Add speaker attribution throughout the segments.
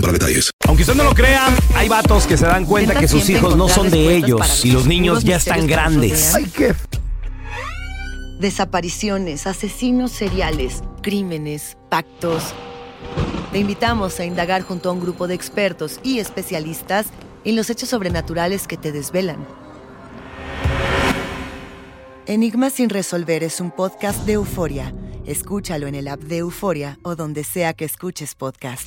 Speaker 1: para detalles.
Speaker 2: Aunque usted no lo crea, hay vatos que se dan cuenta que sus hijos no son de ellos y los niños ya están grandes.
Speaker 3: Desapariciones, asesinos seriales, crímenes, pactos. Te invitamos a indagar junto a un grupo de expertos y especialistas en los hechos sobrenaturales que te desvelan. Enigma sin resolver es un podcast de euforia. Escúchalo en el app de Euforia o donde sea que escuches podcast.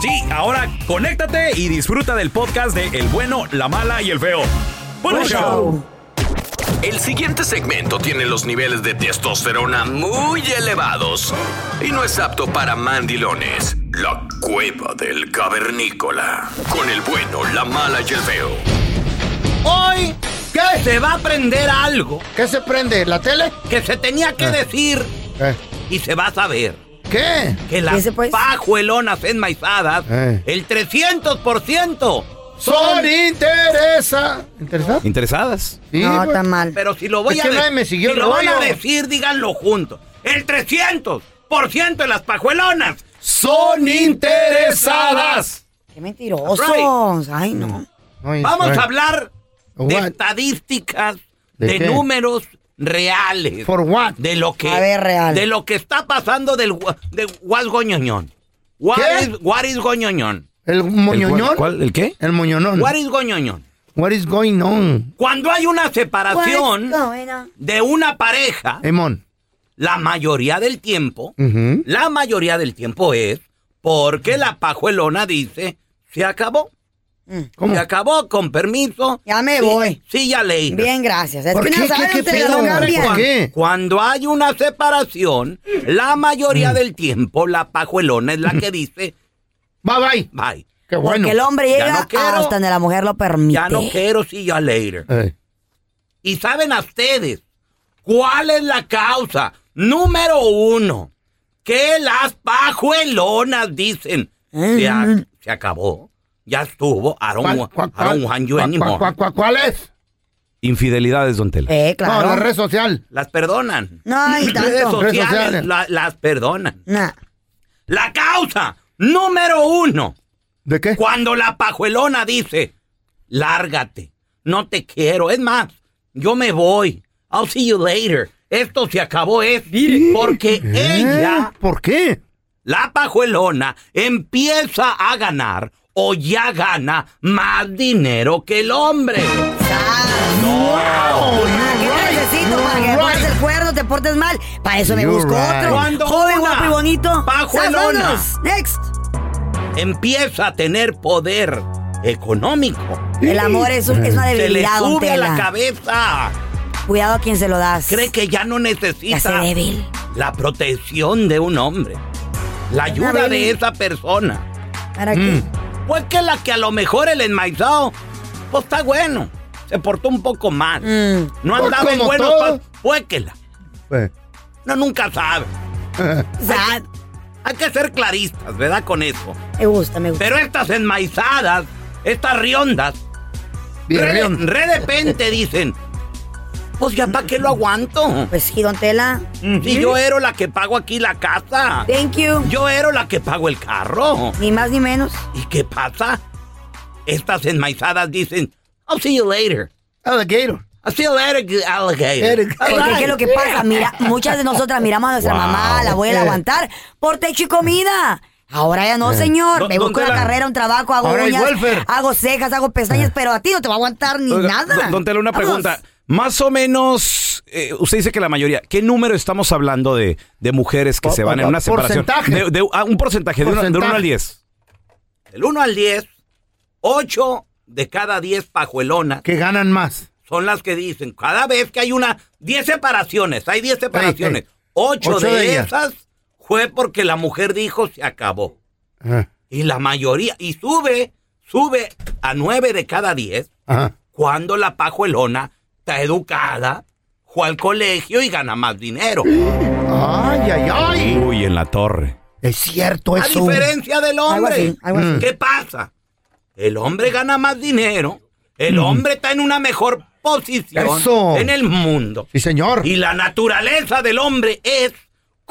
Speaker 2: Sí, ahora conéctate y disfruta del podcast de El bueno, la mala y el feo. Bueno,
Speaker 4: Buen
Speaker 2: show.
Speaker 4: El siguiente segmento tiene los niveles de testosterona muy elevados y no es apto para mandilones. La cueva del cavernícola. Con el bueno, la mala y el feo.
Speaker 5: Hoy ¿Qué?
Speaker 2: se va a aprender algo
Speaker 5: ¿Qué se prende? ¿La tele?
Speaker 2: que se tenía que
Speaker 5: Ah.
Speaker 2: decir y se va a saber.
Speaker 5: ¿Qué?
Speaker 2: Que las
Speaker 6: Ese, pues.
Speaker 2: pajuelonas enmaizadas,
Speaker 5: Eh.
Speaker 2: el 300%,
Speaker 5: Son interesa. ¿Interesa?
Speaker 2: interesadas.
Speaker 5: Sí,
Speaker 6: no,
Speaker 5: pues.
Speaker 6: tan mal.
Speaker 2: Pero si lo voy
Speaker 5: Es
Speaker 2: a
Speaker 5: que
Speaker 2: de-
Speaker 5: nadie me siguió
Speaker 2: si
Speaker 5: el
Speaker 2: lo van a
Speaker 5: rollo.
Speaker 2: decir, díganlo juntos. El 300% de las pajuelonas son interesadas.
Speaker 6: Qué mentirosos. Ay, no.
Speaker 5: No, y-
Speaker 2: Vamos
Speaker 5: bueno.
Speaker 2: a hablar de
Speaker 5: What?
Speaker 2: estadísticas,
Speaker 5: ¿De
Speaker 2: de,
Speaker 5: qué?
Speaker 2: números reales.
Speaker 5: ¿For what?
Speaker 2: De lo que
Speaker 6: A ver, real.
Speaker 2: de lo que está pasando del gua- de What's Goñoñón. What
Speaker 5: ¿Qué?
Speaker 2: is, what is Goñoñón?
Speaker 5: ¿El moñoñón?
Speaker 2: ¿El qué?
Speaker 5: El moñonón.
Speaker 2: What is Goñoñón?
Speaker 5: What is going on?
Speaker 2: Cuando hay una separación
Speaker 6: What's going on?
Speaker 2: de una pareja,
Speaker 5: Emón.
Speaker 2: la mayoría del tiempo,
Speaker 5: Ujú.
Speaker 2: la mayoría del tiempo es porque la pajuelona dice, se acabó.
Speaker 5: ¿Cómo?
Speaker 2: Se acabó, con permiso.
Speaker 6: Mm. Ya me
Speaker 2: Sí,
Speaker 6: voy.
Speaker 2: Sí, ya leí.
Speaker 6: Bien, gracias. Es
Speaker 5: ¿Por
Speaker 6: que
Speaker 5: qué?
Speaker 6: no
Speaker 5: ¿Qué-
Speaker 6: saben
Speaker 5: qué
Speaker 6: ustedes,
Speaker 5: pedo?
Speaker 6: no cambian.
Speaker 5: ¿Por qué?
Speaker 2: Cuando hay una separación, la mayoría
Speaker 6: Mm.
Speaker 2: del tiempo la pajuelona es la que dice,
Speaker 5: Bye bye.
Speaker 2: bye,
Speaker 5: Qué
Speaker 6: Porque
Speaker 5: bueno.
Speaker 6: el hombre
Speaker 2: Ya
Speaker 6: llega
Speaker 2: no quiero.
Speaker 6: hasta donde la mujer lo permite.
Speaker 2: ya no quiero, see ya later.
Speaker 5: Eh.
Speaker 2: Y saben a ustedes cuál es la causa. Número uno, que las pajuelonas dicen, se, a- se acabó, ya estuvo, I don't,
Speaker 5: ¿Cuál,
Speaker 2: wa-
Speaker 5: cuál,
Speaker 2: I don't
Speaker 5: cuál?
Speaker 2: want you
Speaker 5: ¿Cuál,
Speaker 2: anymore.
Speaker 5: cuál, cuál, cuál es?
Speaker 2: Infidelidades, don Tela.
Speaker 6: Eh,
Speaker 5: No, la
Speaker 6: claro.
Speaker 5: red social.
Speaker 2: Las perdonan.
Speaker 6: No, y
Speaker 2: Redes
Speaker 6: tanto.
Speaker 5: Redes
Speaker 2: sociales
Speaker 5: sociales.
Speaker 2: la- las perdonan.
Speaker 6: Nah.
Speaker 2: La causa número uno.
Speaker 5: ¿De qué?
Speaker 2: Cuando la pajuelona dice, lárgate, no te quiero. Es más, yo me voy. I'll see you later. Esto se acabó, es porque
Speaker 5: ¿Eh?
Speaker 2: ella,
Speaker 5: ¿Por qué?
Speaker 2: la pajuelona, empieza a ganar o ya gana más dinero que el hombre.
Speaker 6: Ah,
Speaker 2: No.
Speaker 5: Oh, you're
Speaker 6: ¿Qué
Speaker 5: right,
Speaker 2: Oh,
Speaker 6: necesito
Speaker 5: you're
Speaker 6: para que
Speaker 5: right.
Speaker 6: pongas el cuerno? Te portes mal. Para eso me
Speaker 5: You're
Speaker 6: busco
Speaker 5: right.
Speaker 6: otro.
Speaker 2: Cuando
Speaker 6: Joven,
Speaker 2: una
Speaker 6: guapo y bonito.
Speaker 2: pajuelona.
Speaker 6: ¡Sázanos! Next.
Speaker 2: Empieza a tener poder económico.
Speaker 6: El amor es, un- es una
Speaker 2: Se le
Speaker 6: debilidad, don
Speaker 2: sube a la
Speaker 6: Tela.
Speaker 2: cabeza.
Speaker 6: Cuidado a quien se lo das.
Speaker 2: Cree que ya no
Speaker 6: Ya sé
Speaker 2: necesita
Speaker 6: débil.
Speaker 2: la protección de un hombre. La ayuda
Speaker 6: débil.
Speaker 2: de esa persona.
Speaker 6: ¿Para qué?
Speaker 2: Pues que la que a lo mejor el enmaizado, pues está bueno. Se portó un poco mal.
Speaker 6: Mm.
Speaker 2: No
Speaker 5: Pues
Speaker 2: andaba en
Speaker 5: como
Speaker 2: buenos
Speaker 5: todo.
Speaker 2: pasos. Pues que la.
Speaker 5: Eh.
Speaker 2: No, nunca sabe.
Speaker 6: O sea,
Speaker 2: Hay que ser claristas, ¿verdad? Con eso.
Speaker 6: me gusta, me gusta.
Speaker 2: Pero estas enmaizadas, estas riondas,
Speaker 5: Bien,
Speaker 2: re,
Speaker 5: rion.
Speaker 2: re de repente dicen, pues ya para qué lo aguanto.
Speaker 6: Pues sí, don Tela.
Speaker 2: Si yo ero la que pago aquí la casa.
Speaker 6: Thank you.
Speaker 2: Yo ero la que pago el carro.
Speaker 6: Ni más ni menos.
Speaker 2: ¿Y qué pasa? Estas enmaizadas dicen, I'll see you later.
Speaker 5: Alligator.
Speaker 2: I'll see you later, you alligator.
Speaker 5: Eric.
Speaker 6: Porque es que lo que pasa, mira, muchas de nosotras miramos a nuestra mamá, a la abuela
Speaker 5: Eh.
Speaker 6: aguantar por techo y comida. Ahora ya no, señor.
Speaker 2: Don-
Speaker 6: Me busco
Speaker 2: don
Speaker 6: una
Speaker 2: Tela.
Speaker 6: carrera, un trabajo, hago
Speaker 5: Ahora hay
Speaker 6: uñas,
Speaker 5: welfare.
Speaker 6: hago cejas, hago pestañas, pero a ti no te va a aguantar ni
Speaker 7: Oiga,
Speaker 6: nada.
Speaker 7: don- Don Tela, una
Speaker 6: Vamos.
Speaker 7: pregunta. Más o menos, eh, usted dice que la mayoría. ¿Qué número estamos hablando de, de mujeres que
Speaker 5: Por-
Speaker 7: se van en una separación?
Speaker 5: porcentaje.
Speaker 7: De, de- ah, un porcentaje, de uno- de 1
Speaker 5: Porcentaje.
Speaker 7: al 10.
Speaker 2: Del 1 al 10, 8 de cada 10 pajuelonas
Speaker 5: Que ganan más.
Speaker 2: son las que dicen, cada vez que hay una, 10 separaciones, hay 10 separaciones,
Speaker 5: Ey, ey.
Speaker 2: 8
Speaker 5: Ocho
Speaker 2: de,
Speaker 5: de ellas.
Speaker 2: esas fue porque la mujer dijo se acabó.
Speaker 5: Ajá.
Speaker 2: Y la mayoría, y sube, sube a 9 de cada 10
Speaker 5: Ajá.
Speaker 2: cuando la pajuelona está educada, fue al colegio y gana más dinero.
Speaker 5: Ay, ay, ay.
Speaker 7: Uy, en la torre.
Speaker 5: Es cierto
Speaker 2: A
Speaker 5: eso.
Speaker 2: diferencia del
Speaker 6: Algo
Speaker 2: hombre.
Speaker 6: así, algo así.
Speaker 2: ¿Qué pasa? El hombre gana más dinero. El hombre está en una mejor posición
Speaker 5: Eso.
Speaker 2: Mm. en el mundo.
Speaker 5: Sí, señor.
Speaker 2: Y la naturaleza del hombre es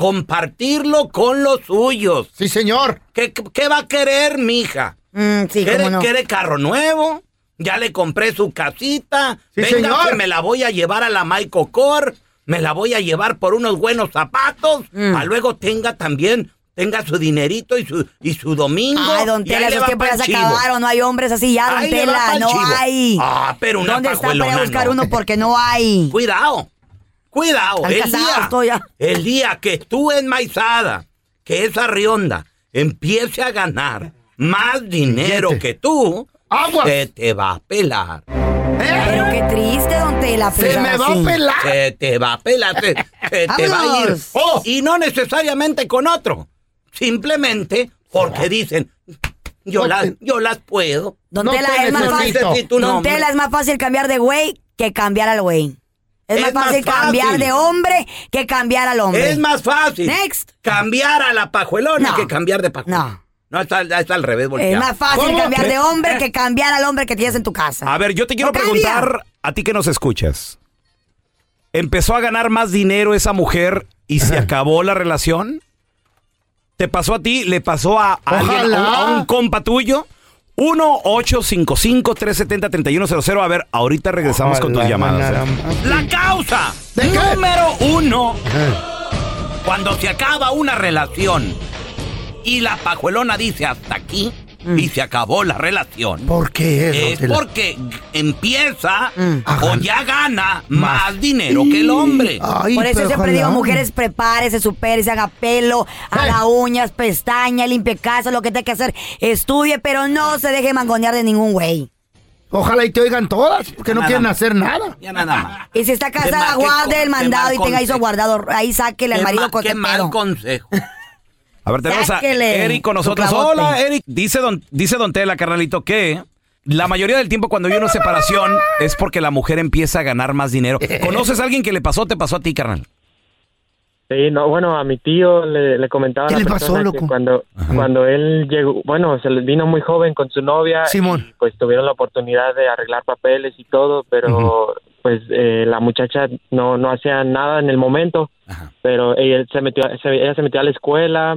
Speaker 2: compartirlo con los suyos.
Speaker 5: Sí, señor.
Speaker 2: ¿Qué, qué va a querer, mija?
Speaker 6: Mm, sí,
Speaker 2: ¿Quiere,
Speaker 6: cómo no.
Speaker 2: quiere carro nuevo? Ya le compré su casita.
Speaker 5: Sí,
Speaker 2: Venga,
Speaker 5: señor.
Speaker 2: que me la voy a llevar a la Michael Core. Me la voy a llevar por unos buenos zapatos.
Speaker 6: Mm.
Speaker 2: A luego tenga también, tenga su dinerito y su, y su domingo.
Speaker 6: Ay, don
Speaker 2: y ahí
Speaker 6: Tela,
Speaker 2: le
Speaker 6: esos
Speaker 2: va
Speaker 6: tiempos ya
Speaker 2: pa'l
Speaker 6: se
Speaker 2: chivo.
Speaker 6: acabaron. No hay hombres así ya, don
Speaker 2: Ahí le va
Speaker 6: Tela.
Speaker 2: pa'l
Speaker 6: No
Speaker 2: chivo.
Speaker 6: hay.
Speaker 2: Ah, pero una
Speaker 6: ¿Dónde está para
Speaker 2: pajuelona
Speaker 6: buscar
Speaker 2: no.
Speaker 6: uno? Porque no hay.
Speaker 2: Cuidado, cuidado.
Speaker 6: Están
Speaker 2: El
Speaker 6: casados
Speaker 2: día,
Speaker 6: todos ya.
Speaker 2: el día que tú enmaizada, que esa rionda empiece a ganar más dinero
Speaker 5: Billete.
Speaker 2: que tú,
Speaker 5: Aguas.
Speaker 2: se te va a pelar.
Speaker 6: Pero qué triste, don Tela.
Speaker 5: Se
Speaker 6: pensar
Speaker 5: me va
Speaker 6: así.
Speaker 5: a pelar.
Speaker 2: Se te va a pelar, se, se te va a ir.
Speaker 6: Vámonos.
Speaker 2: Oh, y no necesariamente con otro, simplemente porque dicen, yo,
Speaker 5: No
Speaker 2: las,
Speaker 5: te-
Speaker 2: yo las puedo.
Speaker 6: Don
Speaker 5: No
Speaker 6: Tela,
Speaker 5: te
Speaker 6: es más fácil.
Speaker 5: necesito.
Speaker 2: Necesito un
Speaker 6: Don
Speaker 2: hombre.
Speaker 6: Tela, es más fácil cambiar de güey que cambiar al güey. Es, más fácil cambiar de hombre que cambiar al hombre.
Speaker 2: Es más fácil
Speaker 6: Next.
Speaker 2: cambiar a la pajuelona
Speaker 6: No.
Speaker 2: que cambiar de pajuelona.
Speaker 6: No.
Speaker 2: No, está, está al revés, volteado.
Speaker 6: Es más fácil
Speaker 7: ¿Cómo?
Speaker 6: cambiar
Speaker 7: ¿Qué?
Speaker 6: de hombre que cambiar al hombre que tienes en tu casa.
Speaker 2: Ah.
Speaker 7: A ver, yo te quiero
Speaker 6: No cambia.
Speaker 7: preguntar a ti que nos escuchas. ¿Empezó a ganar más dinero esa mujer y se acabó la relación? ¿Te pasó a ti? ¿Le pasó a, a alguien, a un,
Speaker 5: Ojalá.
Speaker 7: a un compa tuyo? 1-855-370-3100. A ver, ahorita regresamos con tus
Speaker 5: Ojalá
Speaker 7: llamadas.
Speaker 5: ganara
Speaker 7: ¿eh?
Speaker 5: más.
Speaker 2: La causa
Speaker 5: ¿De qué?
Speaker 2: número uno
Speaker 5: Ajá.
Speaker 2: cuando se acaba una relación y la pajuelona dice hasta aquí y se acabó la relación.
Speaker 5: Mm. ¿Por qué es, don
Speaker 2: Es
Speaker 5: Tela?
Speaker 2: porque g- empieza
Speaker 5: Mm. Ajá.
Speaker 2: o ya gana más dinero que el hombre.
Speaker 5: Ay,
Speaker 6: Por eso
Speaker 5: pero
Speaker 6: siempre
Speaker 5: ojalá.
Speaker 6: digo, mujeres, prepárese, supérese, haga pelo, haga uñas, pestaña, limpie casa, lo que tenga que hacer, estudie, pero no se deje mangonear de ningún güey.
Speaker 5: Ojalá y te oigan todas, porque no
Speaker 2: Nada
Speaker 5: quieren
Speaker 2: más.
Speaker 5: hacer nada.
Speaker 2: Ya nada más.
Speaker 6: Y si está
Speaker 2: Qué
Speaker 6: casada,
Speaker 2: mal que
Speaker 6: guarde
Speaker 2: con-
Speaker 6: el
Speaker 2: qué
Speaker 6: mandado
Speaker 2: mal
Speaker 6: y tenga eso
Speaker 2: consejo.
Speaker 6: guardado. Ahí sáquele
Speaker 2: Qué
Speaker 6: al marido
Speaker 2: ma-
Speaker 6: con
Speaker 2: Qué
Speaker 6: este
Speaker 2: mal
Speaker 6: pedo.
Speaker 2: consejo.
Speaker 7: A ver, tenemos
Speaker 6: Sáquele
Speaker 7: a Eric con
Speaker 6: su
Speaker 7: nosotros.
Speaker 6: clavote.
Speaker 7: Hola, Eric. Dice don, dice don Tela, carnalito, que la mayoría del tiempo cuando hay una separación es porque la mujer empieza a ganar más dinero. ¿Conoces a alguien que le pasó? ¿Te pasó a ti, carnal?
Speaker 8: Sí, no, bueno, a mi tío le, le comentaba a
Speaker 5: ¿Qué
Speaker 8: la
Speaker 5: le pasó,
Speaker 8: persona
Speaker 5: loco?
Speaker 8: que cuando, cuando él llegó, bueno, se le vino muy joven con su novia
Speaker 5: Simón.
Speaker 8: y pues tuvieron la oportunidad de arreglar papeles y todo, pero pues eh, la muchacha no, no hacía nada en el momento, pero ella se, metió, se- ella se metió a la escuela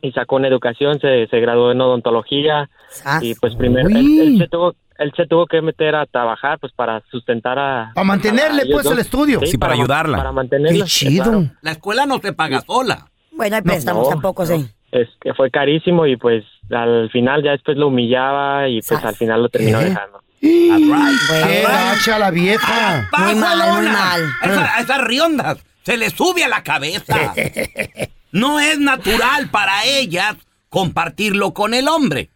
Speaker 8: y sacó una educación, se, se graduó en odontología
Speaker 6: Ah,
Speaker 8: y pues primero él,
Speaker 5: Uy.
Speaker 8: él se tuvo... Él se tuvo que meter a trabajar, pues, para sustentar a...
Speaker 5: Para mantenerle,
Speaker 8: a ellos
Speaker 5: pues,
Speaker 8: dos.
Speaker 5: el estudio.
Speaker 7: Sí, para ayudarla.
Speaker 8: Para mantenerla.
Speaker 5: Qué chido.
Speaker 8: claro.
Speaker 2: La escuela no se paga sola.
Speaker 6: Bueno, hay préstamos
Speaker 8: No.
Speaker 6: tampoco, sí.
Speaker 8: es que fue carísimo y pues al final ya después lo humillaba y pues
Speaker 6: Sas.
Speaker 8: al final lo terminó
Speaker 5: ¿Qué?
Speaker 8: dejando.
Speaker 2: That's right.
Speaker 5: Qué
Speaker 6: Bueno.
Speaker 5: gacha la vieja.
Speaker 6: Muy mal, muy
Speaker 2: Pajuelona.
Speaker 6: mal.
Speaker 5: Ah.
Speaker 2: Esa- Esas riondas se le sube a la cabeza. No es natural para ellas compartirlo con el hombre.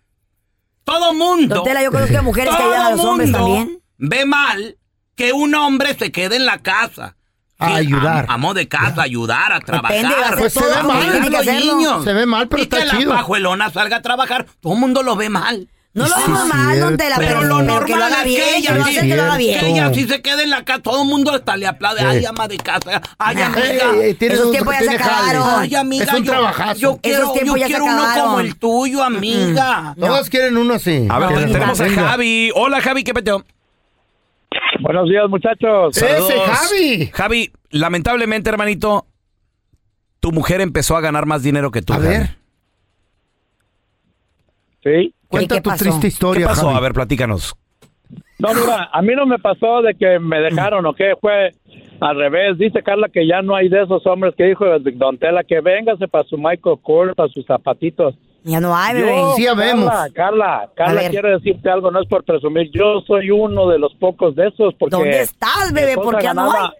Speaker 2: Todo mundo.
Speaker 6: Don Tela, yo conozco a mujeres que
Speaker 2: todo
Speaker 6: ayudan a los hombres
Speaker 2: mundo
Speaker 6: también.
Speaker 2: Ve mal que un hombre se quede en la casa.
Speaker 5: A
Speaker 2: Sí,
Speaker 5: ayudar.
Speaker 2: am- amo de casa, ayudar, a trabajar.
Speaker 6: va a hacer
Speaker 5: Pues se todo ve como mal, tiene que
Speaker 2: Cuidar los
Speaker 6: hacerlo.
Speaker 2: niños.
Speaker 5: Se ve mal, pero
Speaker 2: y
Speaker 5: está
Speaker 2: que
Speaker 5: chido.
Speaker 2: la pajuelona salga a trabajar. Todo el mundo lo ve mal.
Speaker 6: No lo
Speaker 5: Sí,
Speaker 6: vemos
Speaker 5: es
Speaker 6: mal, don
Speaker 5: cierto.
Speaker 6: Tela,
Speaker 2: Pero, lo normal
Speaker 6: que lo haga
Speaker 2: es
Speaker 6: bien,
Speaker 2: que ella,
Speaker 6: no
Speaker 2: sí,
Speaker 6: hace que lo haga
Speaker 2: que
Speaker 6: bien.
Speaker 2: ella sí se quede en la casa. Todo el mundo hasta le aplaude.
Speaker 5: Sí.
Speaker 2: Ay, ama de casa. Ay, amiga.
Speaker 5: Ey, ey, tiene
Speaker 6: Esos
Speaker 5: un-
Speaker 6: tiempos ya
Speaker 5: tiene
Speaker 6: se acabaron.
Speaker 5: jale.
Speaker 2: Ay, amiga.
Speaker 5: es un
Speaker 2: yo,
Speaker 5: trabajazo.
Speaker 2: Yo quiero,
Speaker 6: tiempos
Speaker 2: yo
Speaker 6: ya se
Speaker 2: quiero uno
Speaker 6: acabaron.
Speaker 2: como el tuyo, amiga.
Speaker 5: Todos quieren uno así.
Speaker 9: A ver,
Speaker 5: Que les
Speaker 9: tenemos a
Speaker 5: mantenga.
Speaker 9: Javi. Hola, Javi, ¿qué peteo?
Speaker 10: Buenos días, muchachos.
Speaker 5: ¡Ese
Speaker 9: Saludos.
Speaker 5: Javi!
Speaker 9: Javi, lamentablemente, hermanito, tu mujer empezó a ganar más dinero que tú.
Speaker 5: A
Speaker 9: Javi.
Speaker 5: ver,
Speaker 10: Sí.
Speaker 5: cuenta
Speaker 6: ¿Qué
Speaker 5: tu
Speaker 6: pasó?
Speaker 5: triste
Speaker 9: ¿qué
Speaker 5: historia,
Speaker 9: pasó?
Speaker 5: Javi.
Speaker 9: A ver, platícanos.
Speaker 10: No, mira, a mí no me pasó de que me dejaron o qué, fue al revés. Dice Carla que ya no hay de esos hombres que dijo Don Tela que véngase para su Michael Kors, para sus zapatitos.
Speaker 6: Ya no hay, bebé.
Speaker 10: Yo,
Speaker 5: sí, ya vemos.
Speaker 10: Carla, Carla,
Speaker 6: A
Speaker 10: Carla,
Speaker 6: ver.
Speaker 10: quiero decirte algo, no es por presumir. Yo soy uno de los pocos de esos porque...
Speaker 6: ¿Dónde estás,
Speaker 10: mi
Speaker 6: bebé?
Speaker 10: esposa
Speaker 6: ¿Por qué ya no hay?
Speaker 10: ganaba-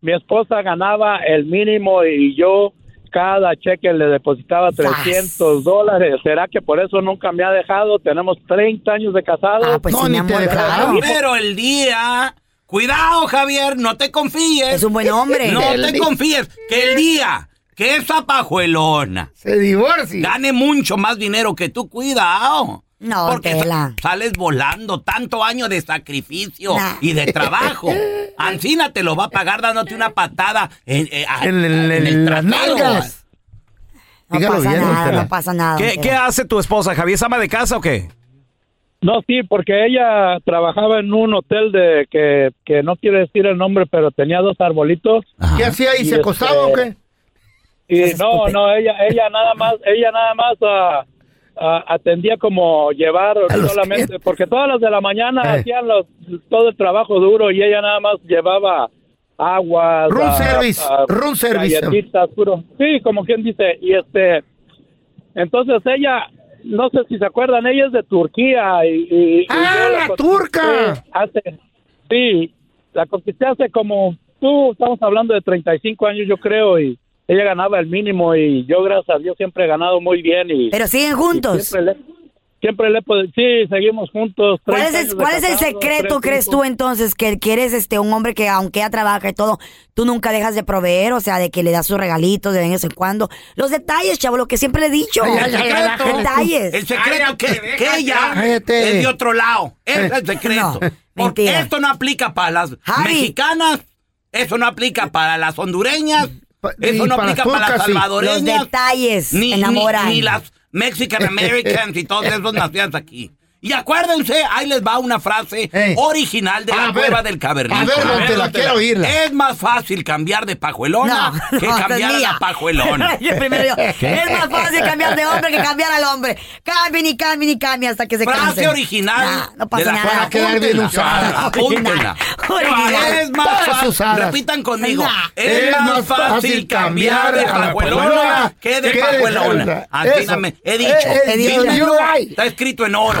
Speaker 10: Mi esposa ganaba el mínimo y yo cada cheque le depositaba
Speaker 6: ¡Sas!
Speaker 10: 300 dólares. ¿Será que por eso nunca me ha dejado? Tenemos 30 años de casados.
Speaker 6: Ah, pues
Speaker 5: No,
Speaker 6: sí, mi
Speaker 5: ni te
Speaker 6: amor, claro.
Speaker 5: dejaron.
Speaker 2: Pero el día. Cuidado, Javier, no te confíes.
Speaker 6: Es un buen hombre.
Speaker 2: No te confíes. Que el día que esa pajuelona
Speaker 5: Se divorcia.
Speaker 2: gane mucho más dinero que tú, cuidado.
Speaker 6: No,
Speaker 2: porque sa-
Speaker 6: Tela.
Speaker 2: sales volando tanto año de sacrificio
Speaker 6: Nah.
Speaker 2: y de trabajo. Ancina te lo va a pagar dándote una patada en, eh, a-
Speaker 5: En, el-
Speaker 2: en
Speaker 5: en las
Speaker 2: trasero.
Speaker 5: nalgas.
Speaker 6: No
Speaker 5: Dígalo
Speaker 6: pasa
Speaker 5: bien, don
Speaker 6: nada,
Speaker 5: Tela.
Speaker 6: no pasa nada. don
Speaker 9: ¿Qué,
Speaker 6: Tela.
Speaker 9: qué hace tu esposa, Javi? ¿Es ama de casa o qué?
Speaker 10: No, sí, porque ella trabajaba en un hotel de que, que no quiero decir el nombre, pero tenía dos arbolitos.
Speaker 5: ¿Qué hacía ahí?
Speaker 10: Y
Speaker 5: ¿Se acostaba o
Speaker 10: este-
Speaker 5: qué?
Speaker 10: Y
Speaker 6: Esas
Speaker 10: no,
Speaker 6: estupe-
Speaker 10: no, ella, ella nada más, ella nada más ah, ah, atendía como llevar
Speaker 5: los
Speaker 10: solamente,
Speaker 5: clientes.
Speaker 10: porque todas las de la mañana
Speaker 5: Eh.
Speaker 10: hacían los, todo el trabajo duro y ella nada más llevaba agua,
Speaker 5: Room service, room service.
Speaker 10: galletitas, puro, sí, como quien dice, y este, entonces ella, no sé si se acuerdan, ella es de Turquía y, y- y
Speaker 5: ¡Ah,
Speaker 10: yo
Speaker 5: la
Speaker 10: conquisté
Speaker 5: turca!
Speaker 10: hace- sí, la conquisté hace como, tú, estamos hablando de 35 años yo creo y ella ganaba el mínimo y yo gracias a Dios siempre he ganado muy bien y,
Speaker 6: Pero siguen
Speaker 10: y
Speaker 6: juntos.
Speaker 10: siempre le, siempre le he pod- sí, seguimos juntos.
Speaker 6: ¿Cuál
Speaker 10: 30
Speaker 6: es,
Speaker 10: años
Speaker 6: el,
Speaker 10: de
Speaker 6: cuál es el
Speaker 10: casados,
Speaker 6: secreto,
Speaker 10: tres
Speaker 6: crees
Speaker 10: hijos.
Speaker 6: tú, entonces, que quieres este, un hombre que, aunque ya trabaja y todo, tú nunca dejas de proveer? O sea, de que le das sus regalitos de vez en cuando. Los detalles, chavo, lo que siempre le he dicho.
Speaker 5: Ay, ay, ay,
Speaker 2: El
Speaker 5: ay,
Speaker 2: secreto,
Speaker 5: ay,
Speaker 6: detalles.
Speaker 2: El secreto que, que ella
Speaker 5: Cállate. Eh.
Speaker 2: es de otro lado. Ese Es el secreto.
Speaker 6: No,
Speaker 2: Porque
Speaker 6: mentira.
Speaker 2: esto no aplica para las
Speaker 6: Javi.
Speaker 2: mexicanas, eso no aplica para las hondureñas,
Speaker 5: Pa-
Speaker 2: eso
Speaker 5: y
Speaker 2: no
Speaker 5: para
Speaker 2: aplica
Speaker 5: las
Speaker 2: para
Speaker 5: turcas,
Speaker 2: las
Speaker 5: sí.
Speaker 6: Los
Speaker 2: salvadoreñas.
Speaker 6: detalles
Speaker 2: ni, ni-
Speaker 6: enamoran.
Speaker 2: ni las Mexican Americans y todos esos nacidos aquí. Y acuérdense, ahí les va una frase
Speaker 5: Ey.
Speaker 2: original de
Speaker 5: A
Speaker 2: la
Speaker 5: ver,
Speaker 2: cueva del cavernícola.
Speaker 5: a ver, don Tela,
Speaker 2: don Tela.
Speaker 5: quiero oírla.
Speaker 2: Es más fácil cambiar de pajuelona
Speaker 6: No,
Speaker 2: que
Speaker 6: no,
Speaker 2: cambiar
Speaker 6: esa
Speaker 2: a
Speaker 6: es mía.
Speaker 2: la pajuelona.
Speaker 6: Yo primero digo, es más fácil cambiar de hombre que cambiar al hombre. Cambien y cambien y cambien hasta que se
Speaker 2: Frase
Speaker 6: cansen.
Speaker 2: original
Speaker 6: Nah, no
Speaker 2: de
Speaker 6: pasa
Speaker 2: la
Speaker 6: nada.
Speaker 2: cueva.
Speaker 5: Para quedar bien
Speaker 2: Apúntenla,
Speaker 5: usada.
Speaker 2: apúntenla.
Speaker 6: Original.
Speaker 2: Es más
Speaker 5: Todas
Speaker 2: fácil-
Speaker 5: usadas.
Speaker 2: Repitan conmigo.
Speaker 6: Nah.
Speaker 2: Es, más fácil cambiar de
Speaker 5: a la
Speaker 2: pajuelona
Speaker 5: pajuelona
Speaker 2: que de
Speaker 5: que de
Speaker 2: pajuelona.
Speaker 5: pajuelona.
Speaker 2: Así
Speaker 5: Eso.
Speaker 2: me- he
Speaker 5: Eh,
Speaker 2: dicho.
Speaker 5: eh,
Speaker 6: He dicho.
Speaker 2: Dime,
Speaker 5: you right.
Speaker 2: Está escrito en oro.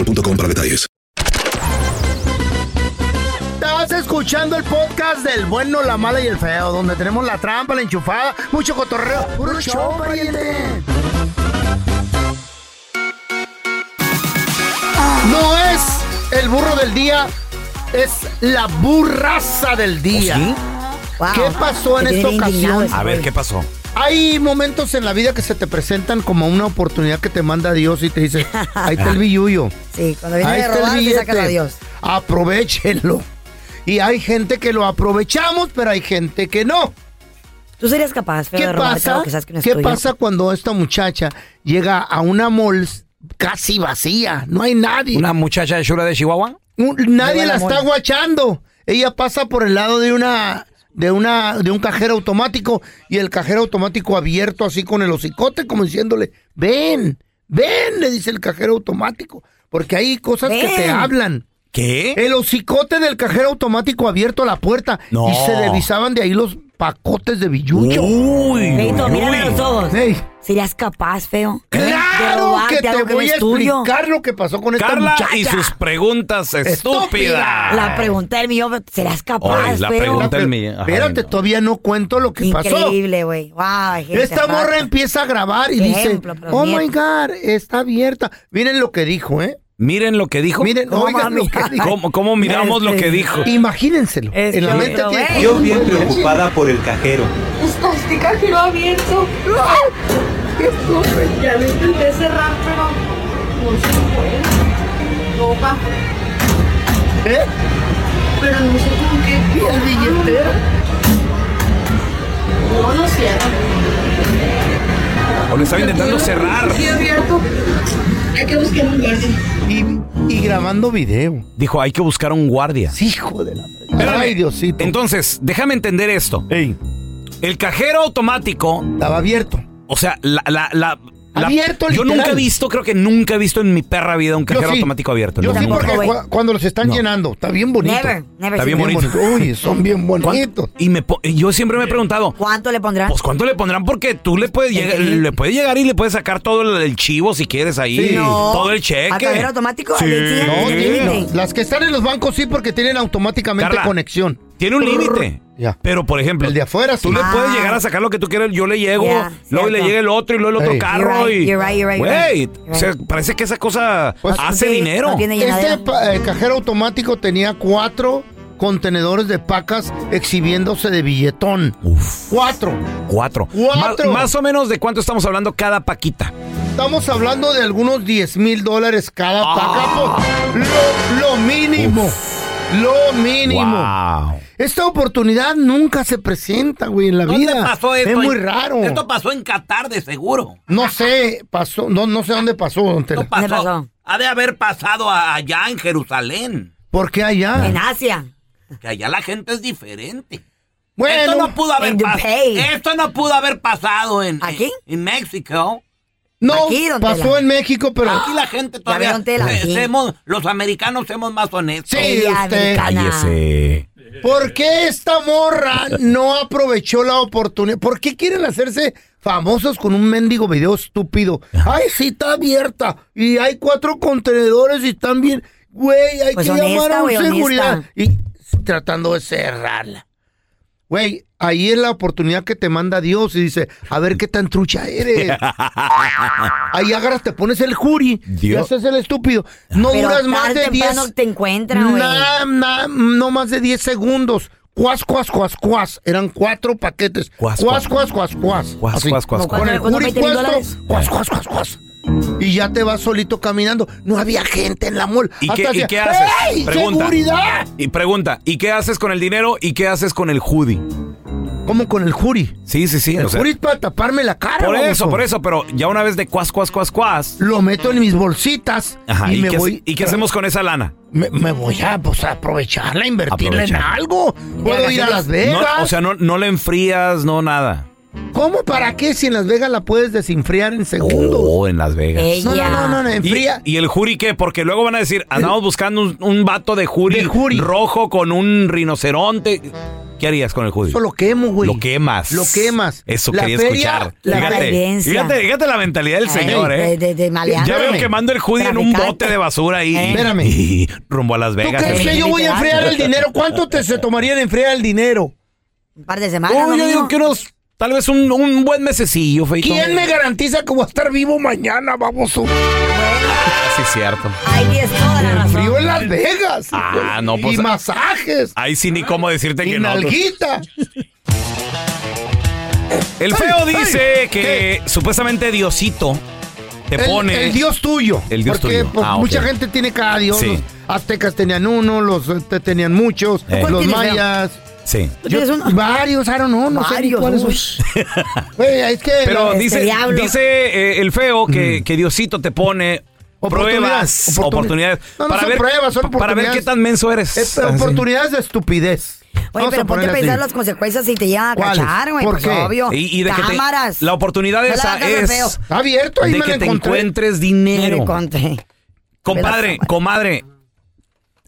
Speaker 1: para detalles.
Speaker 5: Estás escuchando el podcast del bueno, la mala y el feo, donde tenemos la trampa, la enchufada, mucho cotorreo. ¡Puro show, pariente! No es el burro del día, es la burraza del día.
Speaker 6: Ah.
Speaker 5: ¿Qué pasó en esta ocasión?
Speaker 2: ¿Oh, A ver, ¿qué pasó?
Speaker 5: Hay momentos en la vida que se te presentan como una oportunidad que te manda Dios y te dice, ahí está el billuyo.
Speaker 6: Sí, cuando viene de robar, te sacan a Dios.
Speaker 5: Aprovechenlo. Y hay gente que lo aprovechamos, pero hay gente que no.
Speaker 6: ¿Tú serías capaz, feo,
Speaker 5: ¿Qué
Speaker 6: de robarte
Speaker 5: pasa?
Speaker 6: algo que sabes que no es
Speaker 5: ¿Qué
Speaker 6: tuyo?
Speaker 5: pasa cuando esta muchacha llega a una mall casi vacía? No hay nadie.
Speaker 2: ¿Una muchacha de Shura de Chihuahua?
Speaker 5: Un-
Speaker 2: Llegó
Speaker 5: nadie
Speaker 2: a
Speaker 5: la
Speaker 2: la
Speaker 5: está
Speaker 2: mall.
Speaker 5: guachando. Ella pasa por el lado de una de una de un cajero automático y el cajero automático abierto así con el hocicote como diciéndole, "Ven, ven", le dice el cajero automático, porque hay cosas que te
Speaker 2: Ven.
Speaker 5: hablan.
Speaker 2: ¿Qué?
Speaker 5: El hocicote del cajero automático abierto a la puerta
Speaker 2: No.
Speaker 5: y se devisaban de ahí los pacotes de billucho.
Speaker 2: Uy.
Speaker 6: Feito, mírame a los ojos.
Speaker 5: Ey.
Speaker 6: ¿Serías capaz, feo? De
Speaker 5: Claro
Speaker 6: robarte
Speaker 5: que te
Speaker 6: algo que no
Speaker 5: voy a
Speaker 6: es tuyo.
Speaker 5: explicar lo que pasó con esta
Speaker 2: Carla
Speaker 5: muchacha.
Speaker 2: y sus preguntas estúpidas.
Speaker 6: La pregunta del millón, ¿serás capaz,
Speaker 2: Ay, la
Speaker 6: feo?
Speaker 2: pregunta del millón. Ay,
Speaker 5: Espérate, todavía no cuento lo que pasó.
Speaker 6: Increíble, güey. Wow, hay gente
Speaker 5: Esta
Speaker 6: rata.
Speaker 5: morra empieza a grabar y
Speaker 6: Qué
Speaker 5: dice,
Speaker 6: ejemplo, pero
Speaker 5: oh
Speaker 6: nieto".
Speaker 5: my God, está abierta. Miren lo que dijo, ¿eh?
Speaker 2: Miren lo que dijo.
Speaker 5: Miren,
Speaker 6: No,
Speaker 5: oigan lo
Speaker 6: mami.
Speaker 5: que dijo.
Speaker 2: ¿Cómo, cómo miramos lo que dijo?
Speaker 5: Este, Imagínenselo.
Speaker 6: Es
Speaker 5: en la
Speaker 6: que-
Speaker 5: mente
Speaker 6: lo
Speaker 5: tiene-
Speaker 6: ve.
Speaker 11: Yo bien preocupada por el cajero.
Speaker 12: Está este cajero abierto. ¡Ah! ¡Qué sufre! Ya lo intenté cerrar, pero no se puede. No va.
Speaker 5: ¿Eh?
Speaker 12: Pero no sé con qué
Speaker 5: Y el billetero.
Speaker 12: No, no cierra.
Speaker 2: O lo estaba intentando
Speaker 12: Pero
Speaker 2: cerrar.
Speaker 12: Sí, abierto. Hay que buscar un lugar.
Speaker 5: Y, y grabando video.
Speaker 2: Dijo, hay que buscar un guardia.
Speaker 5: Hijo de la...
Speaker 2: Espérame.
Speaker 5: Ay, Diosito.
Speaker 2: Entonces, déjame entender esto.
Speaker 5: Ey,
Speaker 2: El cajero automático,
Speaker 5: estaba abierto.
Speaker 2: o sea, la... la, la- la-
Speaker 5: Abierto,
Speaker 2: Yo
Speaker 5: literal.
Speaker 2: nunca he visto, creo que nunca he visto en mi perra vida un cajero
Speaker 5: sí.
Speaker 2: automático abierto.
Speaker 5: Yo
Speaker 2: No,
Speaker 5: sí,
Speaker 2: nunca.
Speaker 5: porque
Speaker 6: güey.
Speaker 5: cua- cuando los están
Speaker 2: No.
Speaker 5: llenando, está bien bonito.
Speaker 6: Never, never.
Speaker 2: Está bien
Speaker 6: seen
Speaker 2: bonito.
Speaker 5: Uy, son bien bonitos.
Speaker 2: Y me po- y yo siempre me he preguntado,
Speaker 6: that. ¿Cuánto le pondrán?
Speaker 2: pues ¿cuánto le pondrán? Porque tú le puedes, llegar, le puedes llegar y le puedes sacar todo el, el chivo si quieres ahí,
Speaker 5: Sí. No.
Speaker 2: todo el cheque.
Speaker 6: ¿A cajero automático?
Speaker 2: Sí.
Speaker 6: ¿Al vencida?
Speaker 5: No,
Speaker 6: ¿Al
Speaker 5: tienen-
Speaker 6: vencida?
Speaker 5: Las que están en los bancos sí, porque tienen automáticamente
Speaker 2: Carla.
Speaker 5: conexión.
Speaker 2: Tiene un límite.
Speaker 5: Ya.
Speaker 2: Pero, por ejemplo,
Speaker 5: El de afuera sí.
Speaker 2: tú le
Speaker 6: Ah.
Speaker 2: puedes llegar a sacar lo que tú quieras. Yo le llego,
Speaker 6: Ya,
Speaker 2: luego
Speaker 6: cierto.
Speaker 2: le llega el otro y luego el otro
Speaker 5: Ey.
Speaker 2: carro.
Speaker 6: You're right,
Speaker 2: y,
Speaker 6: you're right, you're right, you're
Speaker 2: Güey,
Speaker 6: right. You're
Speaker 2: o sea,
Speaker 6: right.
Speaker 2: parece que esa cosa
Speaker 5: Pues,
Speaker 2: hace
Speaker 6: No tiene-
Speaker 2: dinero.
Speaker 6: No tiene
Speaker 5: Este
Speaker 6: llenadera.
Speaker 5: pa- eh, cajero automático tenía cuatro contenedores de pacas exhibiéndose de billetón.
Speaker 2: Uf,
Speaker 5: Cuatro.
Speaker 2: cuatro.
Speaker 5: Cuatro.
Speaker 2: Más, más o menos de cuánto estamos hablando cada paquita.
Speaker 5: Estamos hablando de algunos 10 mil dólares cada
Speaker 2: Ah.
Speaker 5: paca. pues, Lo, lo mínimo. Lo mínimo.
Speaker 2: Wow.
Speaker 5: Esta oportunidad nunca se presenta, güey, en la vida.
Speaker 8: ¿Dónde pasó esto?
Speaker 5: es muy
Speaker 8: En-
Speaker 5: raro.
Speaker 8: Esto pasó en Qatar, de seguro.
Speaker 5: No sé, pasó, no, no sé dónde pasó, don Tela.
Speaker 8: Esto pasó.
Speaker 6: pasó?
Speaker 8: Ha de haber pasado a- allá en Jerusalén.
Speaker 5: ¿Por qué allá?
Speaker 6: En Asia.
Speaker 8: Que allá la gente es diferente.
Speaker 5: Bueno,
Speaker 8: esto no pudo haber
Speaker 6: en
Speaker 8: pasado.
Speaker 6: Dubái.
Speaker 8: Esto no pudo haber pasado en
Speaker 6: ¿Aquí?
Speaker 8: en, en México.
Speaker 5: no,
Speaker 6: aquí, don
Speaker 5: pasó
Speaker 6: Tela. Ah,
Speaker 5: en México, pero...
Speaker 8: Aquí la gente todavía
Speaker 6: vieron tela,
Speaker 8: se-
Speaker 6: sí.
Speaker 8: semos- los americanos somos más honestos.
Speaker 5: Sí,
Speaker 6: Ella
Speaker 5: usted.
Speaker 6: americana.
Speaker 5: ¿Por qué esta morra no aprovechó la oportunidad? ¿Por qué quieren hacerse famosos con un mendigo video estúpido? Ay, sí, está abierta. Y hay cuatro contenedores y están bien. Güey, hay
Speaker 6: Pues
Speaker 5: que
Speaker 6: honesta,
Speaker 5: llamar a un
Speaker 6: güey,
Speaker 5: seguridad.
Speaker 6: honesta.
Speaker 5: Y tratando de cerrarla. Güey, ahí es la oportunidad que te manda Dios y dice, a ver qué tan trucha eres. Ahí agarras, te pones el jury y
Speaker 2: Dios.
Speaker 5: haces el estúpido. No
Speaker 6: Pero
Speaker 5: duras más
Speaker 6: tarde
Speaker 5: de
Speaker 6: o temprano
Speaker 5: 10
Speaker 6: te encuentran, güey.
Speaker 5: Nada, nada, no más de 10 segundos. Cuas, cuas, cuas, cuas. Eran cuatro paquetes.
Speaker 2: Cuas,
Speaker 5: Cuas, cuas, cuas, cuas.
Speaker 2: Cuas,
Speaker 5: Así.
Speaker 2: cuas, cuas,
Speaker 6: Como
Speaker 2: cuas.
Speaker 5: Con el
Speaker 6: ¿Cuánto me
Speaker 5: jury
Speaker 6: costó? ¿20,000
Speaker 5: puesto.
Speaker 6: dólares?
Speaker 5: Cuas, cuas, cuas, cuas. Y ya te vas solito caminando. No había gente en la mall.
Speaker 2: ¿Y
Speaker 5: Hasta
Speaker 2: qué, y
Speaker 5: hacía,
Speaker 2: qué haces?
Speaker 5: ¡Ey, ¡Seguridad!
Speaker 2: Y pregunta, ¿y qué haces con el dinero y qué haces con el hoodie?
Speaker 5: ¿Cómo con el juri?
Speaker 2: Sí, sí, sí.
Speaker 5: El
Speaker 2: o sea,
Speaker 5: hoodie es para taparme la cara.
Speaker 2: por
Speaker 5: baboso.
Speaker 2: eso, por eso, pero ya una vez de cuas, cuas, cuas, cuas.
Speaker 5: Lo meto en mis bolsitas
Speaker 2: Ajá,
Speaker 5: y,
Speaker 2: ¿y,
Speaker 5: me
Speaker 2: qué, hace-
Speaker 5: voy.
Speaker 2: ¿Y qué hacemos con esa lana?
Speaker 5: Me, me voy a pues, a aprovecharla, invertirla
Speaker 2: Aprovechar.
Speaker 5: en algo. Puedo ir a Las Vegas.
Speaker 2: No, o sea, no, no la enfrías, no nada.
Speaker 5: ¿Cómo para qué si en Las Vegas la puedes desenfriar en segundos?
Speaker 2: Oh, en Las Vegas.
Speaker 5: No, no, no, no, no, enfría.
Speaker 2: ¿Y, y el jury qué? Porque luego van a decir, andamos buscando un, un vato de jury, rojo con un rinoceronte. ¿Qué harías con el jury?
Speaker 5: Eso lo quemo, güey.
Speaker 2: Lo quemas.
Speaker 5: Lo quemas.
Speaker 2: Eso
Speaker 5: La
Speaker 2: quería
Speaker 5: feria,
Speaker 2: escuchar.
Speaker 5: la
Speaker 2: fíjate,
Speaker 5: violencia.
Speaker 2: fíjate, fíjate la mentalidad del
Speaker 5: Ay,
Speaker 2: señor,
Speaker 5: de-
Speaker 2: ¿eh?
Speaker 5: de- de maleante.
Speaker 2: ya veo
Speaker 5: Espérame.
Speaker 2: que manda el judy en un
Speaker 5: Traficante.
Speaker 2: bote de basura ahí.
Speaker 5: Eh.
Speaker 2: y-
Speaker 5: Espérame.
Speaker 2: Y, rumbo a Las
Speaker 5: ¿Tú
Speaker 2: Vegas.
Speaker 5: crees
Speaker 2: eh.
Speaker 5: que yo voy a enfriar el dinero? ¿Cuánto te se tomaría en enfriar el dinero?
Speaker 6: Un par de semanas.
Speaker 2: No,
Speaker 6: ¿no,
Speaker 2: yo
Speaker 6: mijo?
Speaker 2: digo que unos, tal vez un, un buen mesecillo, Feito.
Speaker 5: ¿Quién me garantiza que voy a estar vivo mañana, baboso?
Speaker 2: Ah, Sí, cierto.
Speaker 6: Ahí es toda la razón.
Speaker 5: Frío en Las Vegas.
Speaker 2: Ah, no, pues.
Speaker 5: y masajes.
Speaker 2: Ahí sí ni cómo decirte
Speaker 5: Y
Speaker 2: que no. pues,
Speaker 5: nalguita.
Speaker 2: El feo
Speaker 5: Ay, ay,
Speaker 2: dice que supuestamente Diosito te
Speaker 5: El-
Speaker 2: pone.
Speaker 5: El, dios tuyo.
Speaker 2: El dios
Speaker 5: porque,
Speaker 2: tuyo.
Speaker 5: pues,
Speaker 2: Ah, ok.
Speaker 5: mucha gente tiene cada dios.
Speaker 2: Sí.
Speaker 5: Los aztecas tenían uno, los este, tenían muchos,
Speaker 2: Eh. ¿Cuál
Speaker 5: los
Speaker 2: tienes, Leo?
Speaker 5: mayas.
Speaker 2: Sí.
Speaker 5: Yo- varios, I don't know, no sé ni
Speaker 6: Varios,
Speaker 5: cuáles son. Güey, es que
Speaker 2: Pero
Speaker 5: eh,
Speaker 2: dice, dice eh, el feo que, que Diosito te pone
Speaker 5: Mm. Oportunidades,
Speaker 2: pruebas,
Speaker 5: oportuni-
Speaker 2: oportunidades.
Speaker 5: No, no
Speaker 2: para
Speaker 5: son
Speaker 2: ver,
Speaker 5: pruebas, son
Speaker 2: Para ver
Speaker 5: oportunidades.
Speaker 2: qué tan menso eres.
Speaker 5: es
Speaker 2: Ah, sí.
Speaker 5: oportunidades de estupidez.
Speaker 6: Oye, pero
Speaker 5: Vamos a
Speaker 6: ponte a
Speaker 5: ponerle
Speaker 6: pensar
Speaker 5: así.
Speaker 6: las consecuencias si te llegan a
Speaker 5: ¿Cuáles?
Speaker 6: cachar, güey.
Speaker 5: ¿Por
Speaker 6: pues,
Speaker 5: qué?
Speaker 6: obvio.
Speaker 2: Y, y de que te-
Speaker 6: Cámaras.
Speaker 2: la oportunidad
Speaker 6: No le
Speaker 2: esa
Speaker 6: hagas al
Speaker 2: es
Speaker 6: feo.
Speaker 5: Está abierto, ahí
Speaker 2: de
Speaker 5: me
Speaker 2: que
Speaker 5: lo
Speaker 2: te
Speaker 5: encontré.
Speaker 2: encuentres
Speaker 6: Me
Speaker 2: dinero.
Speaker 6: le conté.
Speaker 2: Compadre, comadre,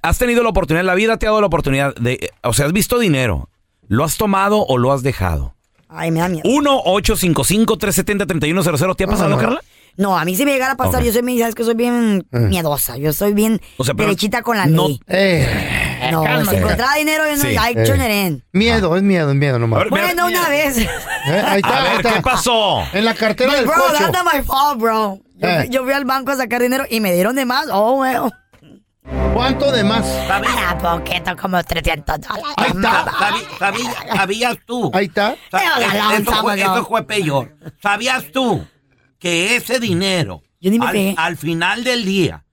Speaker 2: has tenido la oportunidad, la vida te ha dado la oportunidad de, eh, o sea, has visto dinero, lo has tomado o lo has dejado.
Speaker 6: Ay, me da miedo.
Speaker 2: 1-855-370-3100, ¿te ha pasado, Carla?
Speaker 6: No, a mí si me llegara a pasar,
Speaker 2: Ok.
Speaker 6: yo soy, bien- sabes que soy bien miedosa, yo soy bien
Speaker 2: O sea, pero
Speaker 6: derechita con la
Speaker 2: no-
Speaker 6: ley.
Speaker 5: Eh,
Speaker 6: No,
Speaker 5: cálmate.
Speaker 6: si encontraba dinero, yo no,
Speaker 2: Sí.
Speaker 6: ay,
Speaker 5: Eh.
Speaker 6: chonerén.
Speaker 5: Miedo, es miedo, es miedo nomás.
Speaker 2: A ver, mira,
Speaker 6: Bueno, una vez.
Speaker 5: Eh, ahí está,
Speaker 2: a
Speaker 5: ahí
Speaker 2: ver,
Speaker 5: está.
Speaker 2: ¿qué pasó?
Speaker 5: En la cartera del
Speaker 6: bro,
Speaker 5: cocho.
Speaker 6: that's not my fault, bro. Yo,
Speaker 5: Eh.
Speaker 6: yo fui al banco a sacar dinero y me dieron de más. Oh, weón.
Speaker 5: ¿Cuánto de más?
Speaker 6: Para poquito, como 300 dólares.
Speaker 5: Ahí está,
Speaker 8: Sabi- sabi- ¿Sabías tú?
Speaker 5: ahí está.
Speaker 8: Sa-
Speaker 6: Pero la
Speaker 8: eso,
Speaker 6: lanza,
Speaker 8: fue,
Speaker 6: bueno.
Speaker 8: eso fue peor. ¿Sabías tú que ese dinero
Speaker 6: Yo ni me pegué.
Speaker 8: al, al final del día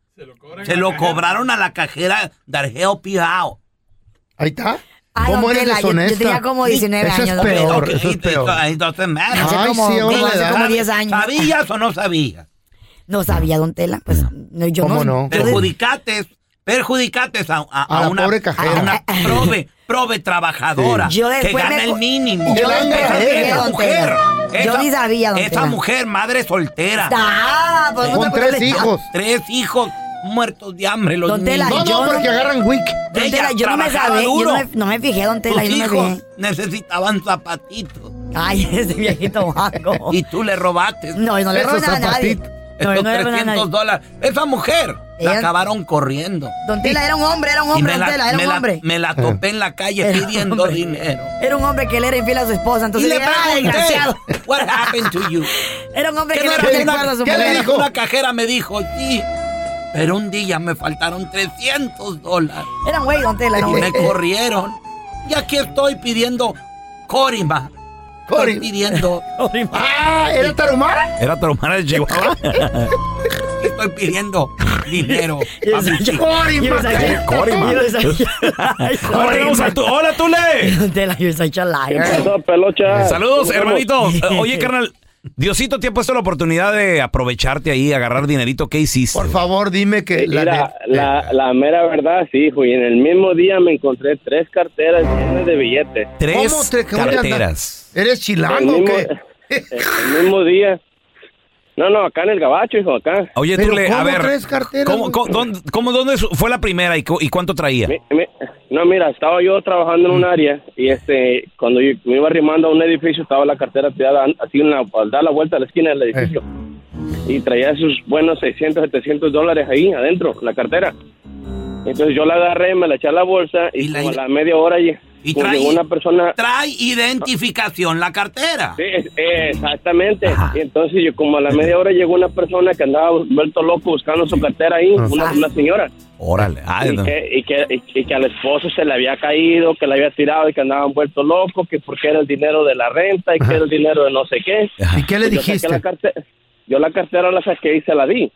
Speaker 8: se lo, cobraron a la cajera del Help You Out?
Speaker 5: Ahí está.
Speaker 6: Ah,
Speaker 5: ¿Cómo
Speaker 6: don
Speaker 5: eres
Speaker 6: Tela, yo- yo
Speaker 5: deshonesta?
Speaker 6: tenía como 19
Speaker 5: Eso
Speaker 6: años,
Speaker 5: Es
Speaker 6: don Tela.
Speaker 5: peor,
Speaker 8: Ok,
Speaker 5: eso es
Speaker 8: it-
Speaker 5: peor.
Speaker 8: it- it doesn't matter.
Speaker 6: Hace
Speaker 5: Ay,
Speaker 6: como,
Speaker 5: sí, ahora
Speaker 6: digo,
Speaker 5: la
Speaker 6: hace
Speaker 5: edad.
Speaker 6: como 10 años.
Speaker 8: ¿Sabías o no sabías?
Speaker 6: No sabía, don Tela. Pues no, yo no.
Speaker 5: ¿Cómo no?
Speaker 6: yo de-
Speaker 8: Perjudicates, perjudicates a, a-
Speaker 5: A
Speaker 8: a
Speaker 5: la
Speaker 8: una,
Speaker 5: pobre cajera.
Speaker 8: a una prove, prove trabajadora
Speaker 6: Sí. Yo
Speaker 8: que
Speaker 6: después
Speaker 8: gana
Speaker 6: me-
Speaker 8: el mínimo.
Speaker 5: Yo
Speaker 8: Esa-
Speaker 5: después me
Speaker 8: esa
Speaker 6: conté.
Speaker 8: mujer,
Speaker 6: Yo
Speaker 8: esa-
Speaker 6: ni sabía, don
Speaker 8: Esa
Speaker 6: Tela.
Speaker 8: mujer, madre soltera.
Speaker 6: Ah, pues,
Speaker 5: Con
Speaker 6: no te-
Speaker 5: tres hijos.
Speaker 8: Tres hijos muertos de hambre, los
Speaker 6: Don
Speaker 8: niños.
Speaker 6: Tela,
Speaker 5: No,
Speaker 6: yo
Speaker 5: no,
Speaker 6: no-
Speaker 5: porque agarran wick.
Speaker 6: Don Tela,
Speaker 8: Ella
Speaker 6: yo no me
Speaker 8: trabajaba
Speaker 6: sabía. Yo no
Speaker 8: duro.
Speaker 6: me, no me fijé, don Tela.
Speaker 8: Tus
Speaker 6: Yo no me
Speaker 8: hijos
Speaker 6: fijé.
Speaker 8: necesitaban zapatitos
Speaker 6: Ay, ese viejito vago.
Speaker 8: y tú le robaste.
Speaker 6: No, yo no le
Speaker 5: Esos
Speaker 6: robé nada a nadie.
Speaker 5: zapatitos.
Speaker 6: No, yo
Speaker 8: Esos
Speaker 6: no le robé nada a
Speaker 8: 300
Speaker 6: nadie.
Speaker 8: dólares. Esa mujer la
Speaker 6: Ella-
Speaker 8: acabaron corriendo.
Speaker 6: Don Tela era un hombre, era un
Speaker 8: Y
Speaker 6: hombre,
Speaker 8: me
Speaker 6: don Tela,
Speaker 8: la,
Speaker 6: era
Speaker 8: me
Speaker 6: un
Speaker 8: la-
Speaker 6: hombre.
Speaker 8: me la topé en la calle
Speaker 6: Era un
Speaker 8: pidiendo
Speaker 6: hombre.
Speaker 8: dinero.
Speaker 6: Era un hombre que le era infiel a su esposa,
Speaker 8: Y
Speaker 6: entonces
Speaker 8: le
Speaker 6: dije, ah, desgraciado.
Speaker 8: pregunté, what happened to you?
Speaker 6: Era un hombre
Speaker 8: ¿Qué,
Speaker 6: que
Speaker 8: no
Speaker 6: le
Speaker 8: era
Speaker 6: era
Speaker 8: que
Speaker 6: infiel a
Speaker 8: una,
Speaker 6: su
Speaker 8: ¿qué le
Speaker 6: mujer.
Speaker 8: dijo? Una cajera me dijo, sí, pero un día me faltaron 300 dólares.
Speaker 6: Era un güey, don Tela, era un
Speaker 8: Y me
Speaker 6: güey.
Speaker 8: corrieron. Y aquí estoy pidiendo Corima. Estoy
Speaker 5: Corima.
Speaker 8: pidiendo,
Speaker 5: Ah, ¿era Tarumara?
Speaker 2: Era tu hermana de Chihuahua.
Speaker 8: estoy pidiendo dinero. pa' mi chica.
Speaker 5: Corima.
Speaker 2: Corima.
Speaker 6: You're such a- Ay,
Speaker 2: Ahora
Speaker 6: sorry,
Speaker 2: tenemos a tu- ¡Hola, Tule!
Speaker 6: Don Tela, you're such a liar.
Speaker 11: pelocha?
Speaker 2: Saludos, hermanito. Eh, Oye, carnal, Diosito te ha puesto la oportunidad de aprovecharte ahí, agarrar dinerito. ¿Qué hiciste?
Speaker 5: Por favor, dime que la,
Speaker 11: Mira,
Speaker 5: neta-
Speaker 11: la, la mera verdad, sí, hijo. Y en el mismo día me encontré tres carteras llenas de billetes.
Speaker 2: Tres
Speaker 5: ¿Cómo te- cómo te
Speaker 2: carteras.
Speaker 5: ¿Eres chilango o
Speaker 11: El mismo- eh,
Speaker 5: qué?
Speaker 11: El mismo día. No, no, acá en el gabacho, hijo, acá.
Speaker 2: Oye,
Speaker 5: Pero
Speaker 2: Tule, a
Speaker 5: ¿cómo
Speaker 2: ver.
Speaker 5: tres carteras,
Speaker 2: ¿cómo,
Speaker 5: güey?
Speaker 2: cómo- dónde, cómo- dónde su- fue la primera y, cu- y cuánto traía?
Speaker 11: Mi- mi- no, mira, estaba yo trabajando
Speaker 8: Mm.
Speaker 11: en un área y este, cuando yo me iba arrimando a un edificio, estaba la cartera tirada an- así una, al dar la vuelta a la esquina
Speaker 8: Eh.
Speaker 11: del edificio. Y traía sus buenos 600, 700 dólares ahí adentro, la cartera. Entonces yo la agarré, me la eché a la bolsa y,
Speaker 8: Y la-
Speaker 11: como a la media hora lle-
Speaker 8: Y
Speaker 11: como
Speaker 8: traí-
Speaker 11: llegó una persona...
Speaker 8: Trae identificación la cartera.
Speaker 11: Sí, es- eh, exactamente. Y entonces yo como a la media hora llegó una persona que andaba vuelto loco buscando su cartera ahí, una, una señora.
Speaker 2: Órale. Ah,
Speaker 11: Y
Speaker 2: no.
Speaker 11: que, y, que, y- y que al esposo se le había caído, que le había tirado y que andaban vuelto loco, que porque era el dinero de la renta y que era el dinero de no sé qué. Pues
Speaker 5: ¿Y qué le
Speaker 11: Yo saqué
Speaker 5: dijiste?
Speaker 11: la carte- Yo la cartera la saqué y se la di.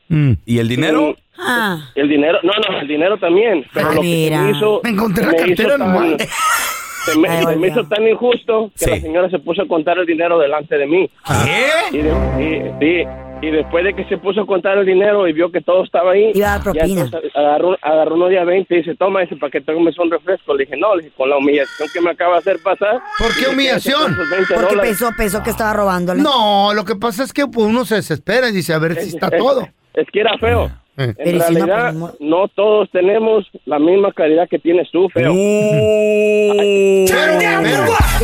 Speaker 2: ¿Y el dinero?
Speaker 6: Ah.
Speaker 11: El dinero, no, no, el dinero también. Pero lo que se me hizo.
Speaker 5: Me encontré
Speaker 11: se
Speaker 5: la
Speaker 11: me hizo
Speaker 5: cartera
Speaker 11: tan-
Speaker 5: nomás.
Speaker 11: Se me, se me hizo tan injusto que
Speaker 5: Sí.
Speaker 11: la señora se puso a contar el dinero delante de mí.
Speaker 2: ¿Ah?
Speaker 11: Y, de- y- y- y después de que se puso a contar el dinero y vio que todo estaba ahí, ya entonces agarró, agarró uno de a 20 y dice, toma ese para que tomes un refresco. Le dije, no, le dije, con la humillación que me acaba de hacer pasar. ¿Por
Speaker 5: qué humillación?
Speaker 6: Porque pensó, pensó que estaba robándole.
Speaker 5: No, lo que pasa es que pues, uno se desespera y dice, a ver si está todo.
Speaker 11: Es que era feo.
Speaker 2: Eh.
Speaker 11: En
Speaker 5: Pero si no,
Speaker 11: realidad,
Speaker 5: pues,
Speaker 11: no, todos tenemos la misma calidad que tienes tú, feo.
Speaker 6: ¿Qué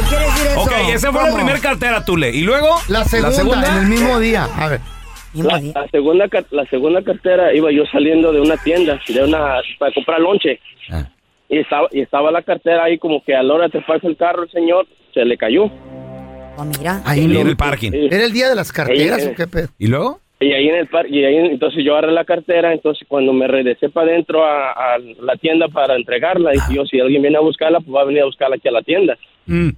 Speaker 6: quiere decir eso?
Speaker 2: Ok, esa fue la primera cartera, Tule. ¿Y luego?
Speaker 5: La segunda, en el mismo día. A ver.
Speaker 11: La, la segunda, car- la segunda cartera iba yo saliendo de una tienda, de una, para comprar lonche. Y, estaba, y estaba la cartera ahí como que a la hora de treparse el carro el señor, se le cayó.
Speaker 6: mira.
Speaker 5: Ahí
Speaker 2: en
Speaker 5: lo-
Speaker 2: el parking.
Speaker 5: ¿Era el día de las carteras o qué pedo?
Speaker 2: ¿Y luego?
Speaker 11: Y ahí en el par y ahí entonces yo agarré la cartera, entonces cuando me regresé para adentro a, a la tienda para entregarla, dije yo, si alguien viene a buscarla, pues va a venir a buscarla aquí a la tienda. Y,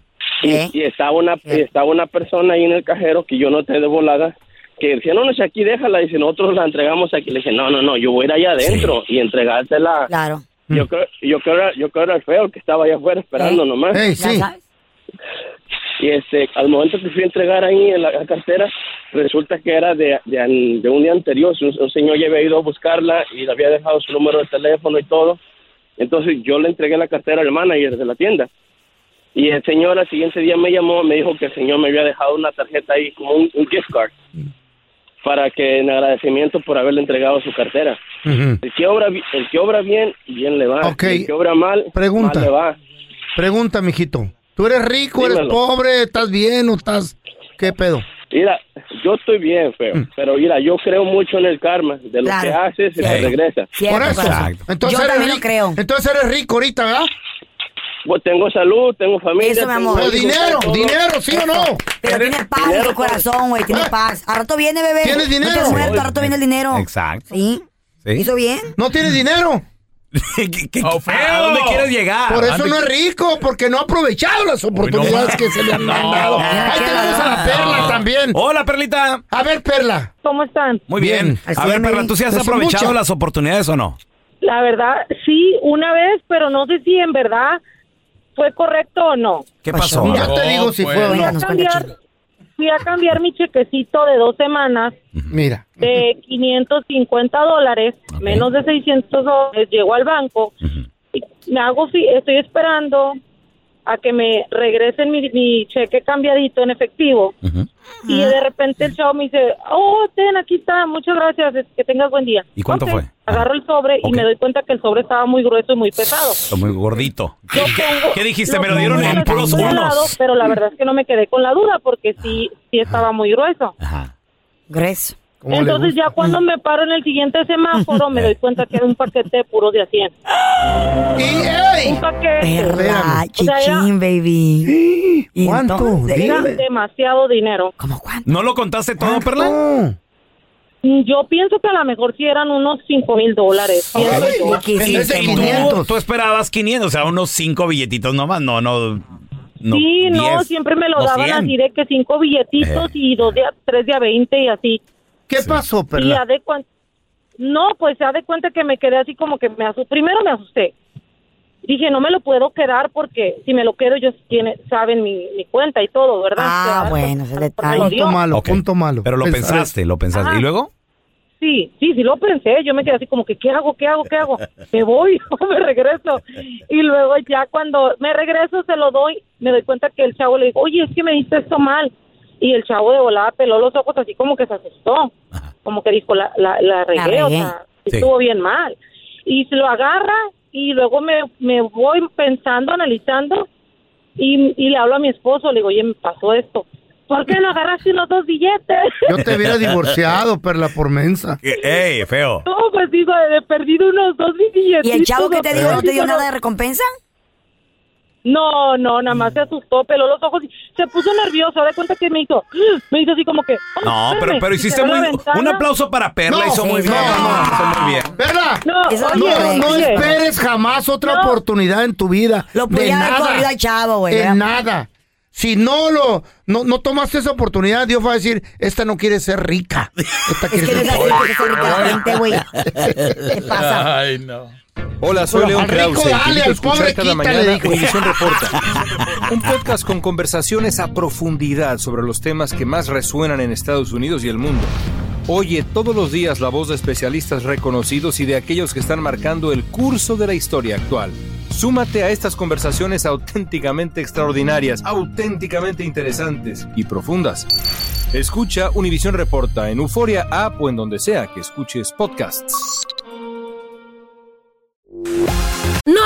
Speaker 11: y estaba una y estaba una persona ahí en el cajero que yo noté de volada que decía, no, no, si aquí déjala, dice, nosotros la entregamos aquí. Le dije, no, no, no, yo voy a ir allá adentro y entregártela.
Speaker 6: Claro.
Speaker 11: Yo creo, yo creo, era- yo creo era el feo que estaba allá afuera esperando nomás. Y este, al momento que fui a entregar ahí en la, la cartera, resulta que era de, de an- de un día anterior. Un, un señor ya había ido a buscarla y le había dejado su número de teléfono y todo. Entonces yo le entregué la cartera al manager de la tienda. Y el señor al siguiente día me llamó, me dijo que el señor me había dejado una tarjeta ahí, como un, un gift card, para que en agradecimiento por haberle entregado su cartera. El que obra, bi- el que obra bien, bien le va.
Speaker 5: Ok.
Speaker 11: El que obra mal,
Speaker 5: Pregunta.
Speaker 11: mal le va.
Speaker 5: Pregunta, mijito. ¿Tú eres rico, eres
Speaker 11: Dímelo.
Speaker 5: pobre, estás bien o estás... ¿Qué pedo?
Speaker 11: Mira, yo estoy bien, feo,
Speaker 5: Mm.
Speaker 11: pero mira, yo creo mucho en el karma, de lo
Speaker 5: Claro.
Speaker 11: que haces se te
Speaker 5: Cierto.
Speaker 11: regresa.
Speaker 5: Por eso. Entonces eres rico- Entonces eres rico ahorita, ¿verdad?
Speaker 11: Pues tengo salud, tengo familia.
Speaker 6: Eso, mi
Speaker 11: tengo
Speaker 6: amor.
Speaker 11: hijos, tengo todo.
Speaker 6: Pero tiene pues. paz en tu corazón, güey. Tiene paz. A rato viene, bebé.
Speaker 5: Ah. ¿Tienes
Speaker 6: No te
Speaker 5: dinero?
Speaker 6: has muerto, a rato viene el dinero.
Speaker 2: Exacto.
Speaker 6: Sí. ¿Hizo bien?
Speaker 5: ¿No tienes dinero?
Speaker 2: ¿A dónde quieres llegar?
Speaker 5: Por
Speaker 2: ¿A
Speaker 5: eso
Speaker 2: dónde
Speaker 5: no es
Speaker 2: quieres-
Speaker 5: rico, porque no ha aprovechado las oportunidades que se le han dado. Ahí tenemos a la Perla también.
Speaker 2: Hola, Perlita.
Speaker 5: A ver, Perla.
Speaker 13: ¿Cómo están?
Speaker 2: Muy bien. A ver, Perla, ¿tú sí has aprovechado las oportunidades o no?
Speaker 13: La verdad, sí, una vez, pero no sé si en verdad fue correcto o no.
Speaker 2: ¿Qué pasó?
Speaker 5: Ya te digo si fue o
Speaker 13: Fui a
Speaker 5: no.
Speaker 13: cambiar, fui a cambiar mi chequecito de dos semanas
Speaker 5: Mira.
Speaker 13: de 550 dólares, menos de 600 dólares, llego al banco, y me hago, fi- estoy esperando a que me regresen mi, mi cheque cambiadito en efectivo. Y de repente el chavo me dice, oh, ten, aquí está, muchas gracias, es- que tengas buen día.
Speaker 2: ¿Y cuánto
Speaker 13: Ok,
Speaker 2: fue?
Speaker 13: Agarro el sobre y
Speaker 2: Ok.
Speaker 13: me doy cuenta que el sobre estaba muy grueso y muy pesado.
Speaker 2: Estoy muy gordito.
Speaker 13: Yo tengo-
Speaker 2: ¿Qué dijiste? Me lo dieron en
Speaker 13: números
Speaker 2: puros
Speaker 13: de un lado,
Speaker 2: unos.
Speaker 13: Pero la verdad es que no me quedé con la duda porque sí, sí estaba muy grueso.
Speaker 6: Grueso.
Speaker 13: Entonces ya cuando me paro en el siguiente semáforo me doy cuenta que era un paquete puro de a 100. Un paquete.
Speaker 6: Perla,
Speaker 13: O sea, era-
Speaker 6: chichín, baby. ¿Y entonces?
Speaker 13: era demasiado dinero.
Speaker 2: ¿No lo contaste todo, Perla?
Speaker 13: Yo pienso que a lo mejor sí eran unos 5 mil dólares.
Speaker 2: Ok.
Speaker 13: pienso yo.
Speaker 2: Y- y tú- Tú esperabas 500, o sea, unos 5 billetitos nomás. No, no. no
Speaker 13: sí, no,
Speaker 2: 10,
Speaker 13: siempre me lo
Speaker 2: no
Speaker 13: daban
Speaker 2: 100.
Speaker 13: así de que cinco billetitos y dos de a, tres de a veinte y así.
Speaker 5: Eh. ¿Qué pasó,
Speaker 13: Y
Speaker 5: Perla?
Speaker 13: ya de cuan- No, pues ya de cuenta que me quedé así como que me asusté. Primero me asusté. Dije, no me lo puedo quedar porque si me lo quedo ellos tiene, saben mi, mi cuenta y todo, ¿verdad?
Speaker 6: Ah,
Speaker 13: O sea,
Speaker 6: bueno, ese
Speaker 13: Dios.
Speaker 5: Punto
Speaker 6: detalle.
Speaker 5: malo,
Speaker 2: Ok.
Speaker 5: punto malo.
Speaker 2: Pero lo pensaste, lo pensaste.
Speaker 13: Ajá.
Speaker 2: ¿Y luego?
Speaker 13: Sí, sí, sí lo pensé. Yo me quedé así como que, ¿qué hago? ¿Qué hago? ¿Qué hago? Me voy o me regreso. Y luego ya cuando me regreso se lo doy, me doy cuenta que el chavo le dijo, oye, es que me diste esto mal. Y el chavo de volada peló los ojos así como que se asustó. Como que dijo, la, la, la regué, o
Speaker 6: regué.
Speaker 13: sea,
Speaker 6: Sí.
Speaker 13: estuvo bien mal. Y se lo agarra y luego me, me voy pensando, analizando y, y le hablo a mi esposo. Le digo, oye, me pasó esto. ¿Por qué no agarraste los dos billetes?
Speaker 5: Yo te hubiera divorciado, Perla, por mensa.
Speaker 2: ¡Ey, feo!
Speaker 13: No, pues digo, he perdido unos dos mil billetitos.
Speaker 6: ¿Y el chavo que te dijo no te dio
Speaker 13: Digo,
Speaker 6: nada de recompensa?
Speaker 13: No, no, nada
Speaker 2: Mm.
Speaker 13: más se asustó, peló los ojos y se puso nervioso. De cuenta que me hizo, me hizo así como que... "Ay,
Speaker 2: No, pero,
Speaker 13: espérame",
Speaker 2: pero
Speaker 13: y
Speaker 2: hiciste
Speaker 13: cerró
Speaker 2: muy.
Speaker 13: la ventana.
Speaker 2: Un aplauso para Perla,
Speaker 5: No,
Speaker 2: hizo muy
Speaker 5: sí,
Speaker 2: bien.
Speaker 5: no,
Speaker 2: no, hizo muy bien.
Speaker 5: Perla,
Speaker 13: No,
Speaker 6: Eso
Speaker 5: no,
Speaker 6: oye,
Speaker 5: no
Speaker 6: oye.
Speaker 5: esperes jamás otra oportunidad en tu vida.
Speaker 6: Lo
Speaker 5: de
Speaker 6: podía haber
Speaker 5: nada.
Speaker 6: corrido al chavo, güey,
Speaker 5: De
Speaker 6: ¿verdad?
Speaker 5: nada. Si no lo no, no tomaste esa oportunidad, Dios va a decir, esta no quiere ser rica. Esta quiere
Speaker 6: que
Speaker 5: ser
Speaker 6: eres así,
Speaker 5: pobre".
Speaker 6: quieres ser rica la gente, güey. ¿Qué pasa?
Speaker 14: Ay, no. Hola, soy
Speaker 5: Pero
Speaker 14: León
Speaker 5: al rico
Speaker 14: Krause. Te
Speaker 5: dale,
Speaker 14: invito a
Speaker 5: al
Speaker 14: escuchar
Speaker 5: pobre
Speaker 14: cada
Speaker 5: quítale,
Speaker 14: mañana
Speaker 5: dijo.
Speaker 14: Univisión Reporta. Un podcast con conversaciones a profundidad sobre los temas que más resuenan en Estados Unidos y el mundo. Oye todos los días la voz de especialistas reconocidos y de aquellos que están marcando el curso de la historia actual. Súmate a estas conversaciones auténticamente extraordinarias, auténticamente interesantes y profundas. Escucha Univisión Reporta en Euforia App o en donde sea que escuches podcasts.
Speaker 15: No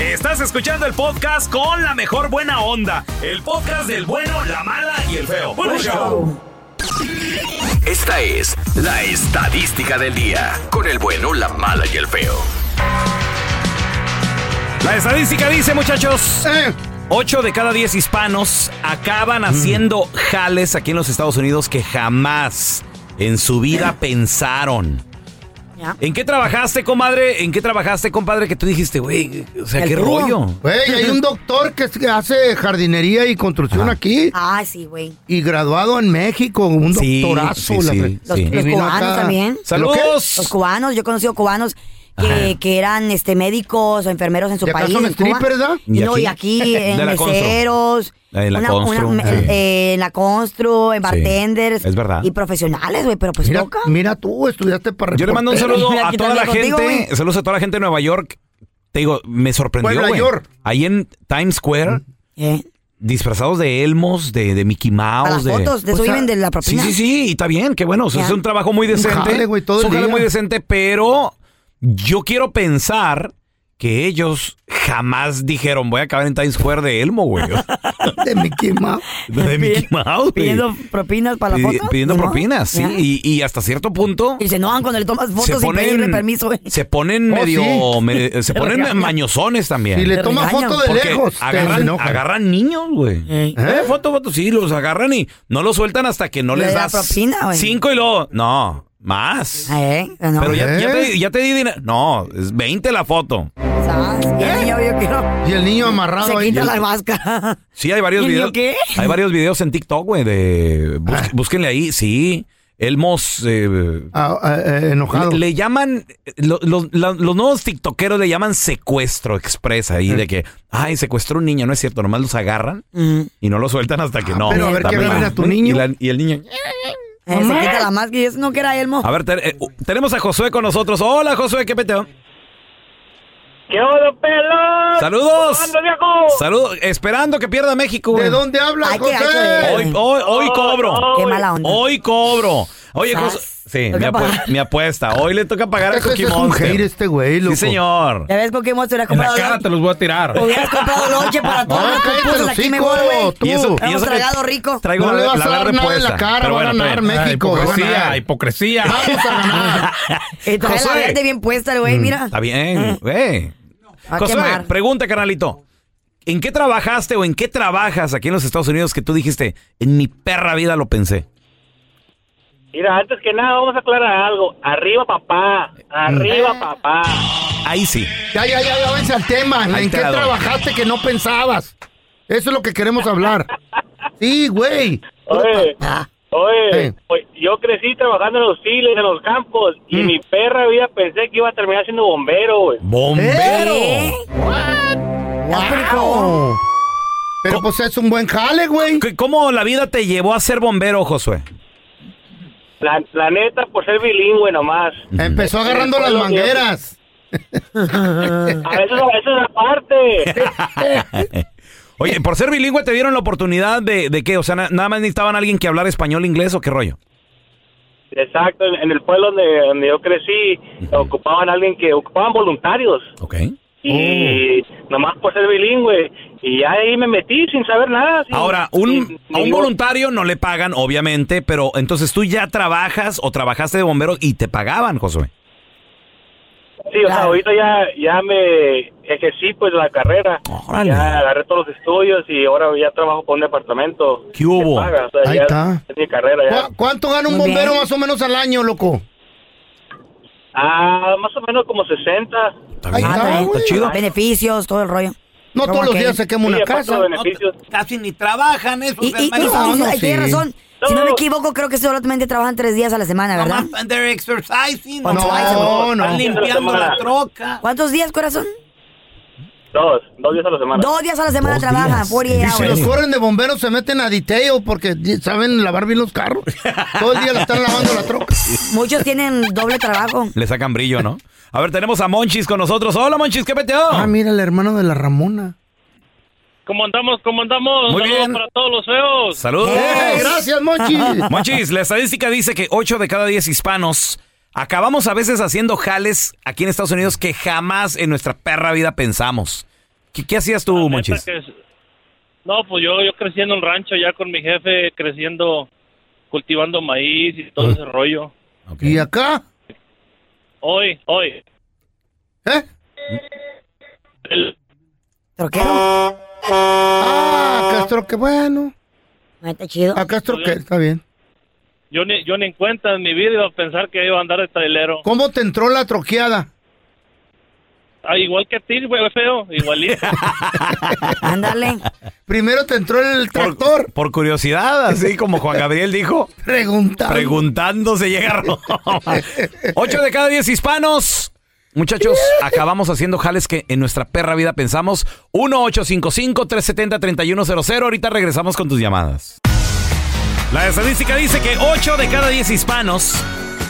Speaker 2: Estás escuchando el podcast con la mejor buena onda. El podcast del bueno, la mala y el feo. Bueno, show.
Speaker 4: Esta es la estadística del día con el bueno, la mala y el feo.
Speaker 2: La estadística dice, muchachos, 8 de cada 10 hispanos acaban haciendo jales aquí en los Estados Unidos que jamás en su vida pensaron. ¿En qué trabajaste, comadre? ¿En qué trabajaste, compadre? Que tú dijiste, güey, o sea, qué rollo.
Speaker 5: Güey, hay un doctor que es- que hace jardinería y construcción aquí.
Speaker 6: Ah, sí, güey.
Speaker 5: Y graduado en México, un
Speaker 2: Sí,
Speaker 5: doctorazo.
Speaker 2: sí,
Speaker 5: la
Speaker 2: sí,
Speaker 5: fre-
Speaker 6: Los,
Speaker 5: Y
Speaker 6: los
Speaker 5: vino
Speaker 6: cubanos
Speaker 5: acá.
Speaker 6: también.
Speaker 5: ¿Lo qué?
Speaker 6: Los cubanos, yo he conocido cubanos
Speaker 5: Ajá.
Speaker 6: que, que eran este médicos o enfermeros en su
Speaker 5: ¿Y acá
Speaker 6: país.
Speaker 5: son
Speaker 6: en Cuba.
Speaker 5: strippers, da?
Speaker 6: Y no,
Speaker 5: ¿Y
Speaker 6: y
Speaker 5: aquí?
Speaker 6: aquí en
Speaker 2: De la Constru.
Speaker 6: meseros.
Speaker 2: En la
Speaker 6: una-
Speaker 2: Constru,
Speaker 6: una-
Speaker 2: sí.
Speaker 6: eh, en la constru, en bartenders.
Speaker 2: es verdad.
Speaker 6: Y profesionales, güey, pero pues
Speaker 5: Mira,
Speaker 6: toca.
Speaker 5: mira tú, estudiaste para
Speaker 2: Yo le mando un saludo
Speaker 6: Mira,
Speaker 2: a
Speaker 6: aquí
Speaker 2: toda la
Speaker 6: también contigo,
Speaker 2: gente. Saludos a toda la gente de Nueva York. Te digo, me sorprendió.
Speaker 5: Puebla,
Speaker 2: güey.
Speaker 5: York.
Speaker 2: Ahí en Times Square. Disfrazados de elmos, de, de Mickey
Speaker 6: Eh. Para las
Speaker 2: Mouse. de, Pues
Speaker 6: fotos, de eso viven de la propina.
Speaker 2: Sí, sí, sí, y está bien, qué bueno. o sea,
Speaker 6: Ya.
Speaker 2: Es un trabajo muy
Speaker 6: Un
Speaker 2: decente.
Speaker 6: jale, güey, todo
Speaker 2: es
Speaker 6: el
Speaker 2: un jale
Speaker 6: día.
Speaker 2: muy decente, pero yo quiero pensar que ellos jamás dijeron, voy a acabar en Times Square de elmo, güey.
Speaker 5: de Mickey Mouse.
Speaker 2: De Mickey Mouse, güey.
Speaker 6: Pidiendo propinas para la
Speaker 2: Pidi-
Speaker 6: foto.
Speaker 2: pidiendo
Speaker 6: ¿no?
Speaker 2: propinas, sí.
Speaker 6: Ya.
Speaker 2: Y, y hasta cierto punto
Speaker 6: Y se enojan cuando le tomas
Speaker 2: se
Speaker 6: fotos sin
Speaker 2: ponen-
Speaker 6: pedirle permiso. güey.
Speaker 2: se ponen
Speaker 6: Oh,
Speaker 2: medio,
Speaker 6: sí.
Speaker 2: me- se
Speaker 6: Te
Speaker 2: ponen
Speaker 6: regañan.
Speaker 2: mañozones también.
Speaker 6: Si le Te toma regañan. foto de
Speaker 2: Porque
Speaker 6: lejos, te
Speaker 2: agarran,
Speaker 6: enojan.
Speaker 2: agarran niños, güey. Eh, foto, foto, sí, los agarran y no los sueltan hasta que no
Speaker 6: Le
Speaker 2: les
Speaker 6: da
Speaker 2: das
Speaker 6: propina, güey. Ah,
Speaker 2: cinco y luego, no, más.
Speaker 6: no.
Speaker 2: Pero ya, ya
Speaker 6: ¿Eh?
Speaker 2: te, ya te di dinero. No, es 20 la foto.
Speaker 6: ¿Sabes? Y
Speaker 2: ¿Eh?
Speaker 6: el niño, yo quiero-
Speaker 5: Y el niño amarrado
Speaker 6: Se
Speaker 2: ahí.
Speaker 6: quita
Speaker 2: Y el-
Speaker 6: la máscara.
Speaker 2: Sí, hay varios
Speaker 6: ¿Y el niño
Speaker 2: videos.
Speaker 6: qué?
Speaker 2: Hay varios videos en TikTok, güey, de bus-
Speaker 6: Ah.
Speaker 2: búsquenle ahí, sí. Elmos eh,
Speaker 5: Ah, enojado.
Speaker 2: Le, le llaman lo- lo- la- los nuevos tiktokeros le llaman secuestro expresa ahí
Speaker 5: Eh.
Speaker 2: de que ay, secuestró un niño, no es cierto, nomás los agarran y no los sueltan hasta que no.
Speaker 5: Mm. Ah, pero a ver,
Speaker 2: dame
Speaker 5: ¿qué
Speaker 2: la-
Speaker 5: ven a tu
Speaker 2: y
Speaker 5: niño?
Speaker 2: la- y el niño.
Speaker 6: Eh, se quita la máscara y eso no que era Elmo.
Speaker 2: A ver, te- eh, tenemos a Josué con nosotros. Hola, Josué, ¿qué peteo?
Speaker 16: ¡Qué hola, pelón!
Speaker 2: Saludos.
Speaker 16: ¿Cómo andas, viejo?
Speaker 2: Saludos, esperando que pierda México. güey.
Speaker 5: ¿De dónde hablas, Ay, qué José? gacho
Speaker 2: Hoy,
Speaker 5: eres.
Speaker 2: hoy, hoy
Speaker 5: No,
Speaker 2: cobro.
Speaker 5: no, Qué güey. mala onda.
Speaker 2: Hoy cobro. Oye,
Speaker 5: Sas.
Speaker 2: José. Sí,
Speaker 5: Toca
Speaker 2: mi, apue-
Speaker 5: pagar.
Speaker 2: mi apuesta. Hoy le toca pagar a
Speaker 5: Este
Speaker 2: Cookie
Speaker 5: es un
Speaker 2: Monster.
Speaker 5: hate este güey, loco.
Speaker 2: Sí, señor.
Speaker 6: Ya ves con qué monstruo hubieras comprado.
Speaker 2: te los voy a tirar.
Speaker 6: Hubieras comprado lonche para todos
Speaker 2: No,
Speaker 6: los
Speaker 2: cállate,
Speaker 6: concursos, Aquí me voy,
Speaker 2: hocico,
Speaker 6: güey.
Speaker 2: tú. Y eso- y
Speaker 6: Hemos
Speaker 2: eso que
Speaker 6: tragado rico.
Speaker 2: traigo No la- le vas la a dar verde nada en la puesta. cara, Pero van a bueno, ganar está bien. México, Ah, van a hipocresía, ganar. hipocresía. Vamos
Speaker 6: a ganar. Y trae la
Speaker 2: José.
Speaker 6: verde bien puesta el Ah, güey, mira. Mm.
Speaker 2: Está bien, Mm. güey.
Speaker 6: Va a
Speaker 2: José,
Speaker 6: quemar.
Speaker 2: pregunta, canalito. ¿En qué trabajaste o en qué trabajas aquí en los Estados Unidos que tú dijiste, en mi perra vida lo pensé?
Speaker 16: Mira, antes que nada, vamos a aclarar algo. Arriba, papá.
Speaker 5: Mm.
Speaker 16: Arriba, papá.
Speaker 2: Ahí sí.
Speaker 5: Ya, ya, ya, ya, vence al tema.
Speaker 16: Ahí
Speaker 5: ¿En
Speaker 16: te
Speaker 5: qué
Speaker 16: la doy.
Speaker 5: trabajaste que no pensabas? Eso es lo que queremos hablar. Sí, güey.
Speaker 16: Oye,
Speaker 5: Ah,
Speaker 16: oye,
Speaker 5: Eh.
Speaker 16: oye, yo crecí trabajando en los files, en los campos, y
Speaker 2: Mm.
Speaker 16: mi perra vida pensé que iba a terminar siendo bombero, güey.
Speaker 2: ¡Bombero!
Speaker 5: wow. Pero pues es un buen jale, güey.
Speaker 2: ¿Cómo la vida te llevó a ser bombero, Josué?
Speaker 16: La, la neta, por ser bilingüe nomás.
Speaker 5: Empezó agarrando las mangueras.
Speaker 16: A eso, eso es aparte.
Speaker 2: Oye, por ser bilingüe te dieron la oportunidad de, de qué? O sea, na- nada más necesitaban a alguien que hablara español, inglés o qué rollo.
Speaker 16: Exacto, en, en el pueblo donde, donde yo crecí, ocupaban a alguien que ocupaban voluntarios.
Speaker 2: Ok. Oh.
Speaker 16: Y nomás por ser bilingüe. Y ahí me metí sin saber nada. sin-
Speaker 2: Ahora,
Speaker 16: sin-
Speaker 2: un, a un
Speaker 16: ningún-
Speaker 2: voluntario no le pagan, obviamente, pero entonces tú ya trabajas o trabajaste de bombero y te pagaban, Josué.
Speaker 16: Sí, o sea, ahorita ya, ya me ejercí pues la carrera.
Speaker 2: Órale.
Speaker 16: Ya agarré todos los estudios y ahora ya trabajo por un departamento.
Speaker 2: ¿Qué hubo?
Speaker 16: que paga, o sea,
Speaker 5: Ahí
Speaker 16: ya
Speaker 5: está.
Speaker 16: Es mi carrera ya.
Speaker 5: ¿Cu- ¿Cuánto gana un
Speaker 16: Muy bien.
Speaker 5: bombero más o menos al año, loco?
Speaker 16: Ah, más o menos como 60.
Speaker 6: Ah,
Speaker 5: Ahí está, güey.
Speaker 6: Beneficios, todo el rollo.
Speaker 5: No
Speaker 6: Como
Speaker 5: todos los
Speaker 6: aquel.
Speaker 5: días se quema una casa.
Speaker 8: Casi ni trabajan esos
Speaker 6: Y, y- y-
Speaker 8: hermanitos.
Speaker 6: y- y- tiene razón. Si no me equivoco, creo que solamente trabajan tres días a la semana, ¿verdad?
Speaker 8: And they're exercising.
Speaker 6: No,
Speaker 8: Están
Speaker 6: no.
Speaker 8: limpiando la troca.
Speaker 6: ¿Cuántos días, corazón?
Speaker 16: Dos, dos días a la semana.
Speaker 6: Dos días a la semana trabajan, 48
Speaker 5: Y si
Speaker 6: hours.
Speaker 5: los corren de bomberos se meten a detail porque di- saben lavar bien los carros. Todo el día la están lavando la troca.
Speaker 6: Muchos tienen doble trabajo.
Speaker 2: Le sacan brillo, ¿no? A ver, tenemos a Monchis con nosotros. Hola, Monchis, ¿qué peteo?
Speaker 5: Ah, mira, el hermano de la Ramona.
Speaker 17: ¿Cómo andamos? ¿Cómo andamos?
Speaker 2: Muy
Speaker 17: Saludos
Speaker 2: bien.
Speaker 17: para todos los feos.
Speaker 2: Saludos.
Speaker 17: ¡Eh, gracias, Monchis!
Speaker 2: Monchis, la estadística dice que 8 de cada 10 hispanos acabamos a veces haciendo jales aquí en Estados Unidos que jamás en nuestra perra vida pensamos. ¿Qué, qué hacías tú, Monchis?
Speaker 17: Que es- No, pues yo, yo crecí en un rancho ya con mi jefe, creciendo, cultivando maíz y todo
Speaker 2: Mm.
Speaker 17: ese rollo.
Speaker 5: ¿Y acá?
Speaker 17: Hoy, hoy.
Speaker 5: ¿Eh?
Speaker 17: El-
Speaker 6: ¿Troquero?
Speaker 5: Ah, acá es troque, bueno.
Speaker 6: Está chido.
Speaker 5: Acá es troque, está bien.
Speaker 17: yo, ni, yo ni en cuenta en mi vida iba a pensar que iba a andar de trailero.
Speaker 5: ¿Cómo te entró la troqueada?
Speaker 17: Ah, igual que a ti, güey, feo, igualito.
Speaker 6: Ándale.
Speaker 5: Primero te entró el tractor.
Speaker 2: Por curiosidad, así como Juan Gabriel dijo.
Speaker 5: Pregunta.
Speaker 2: Preguntando se llegaron. 8 de cada 10 hispanos. Muchachos, acabamos haciendo jales que en nuestra perra vida pensamos. 1-855-370-3100. Ahorita regresamos con tus llamadas. La estadística dice que 8 de cada 10 hispanos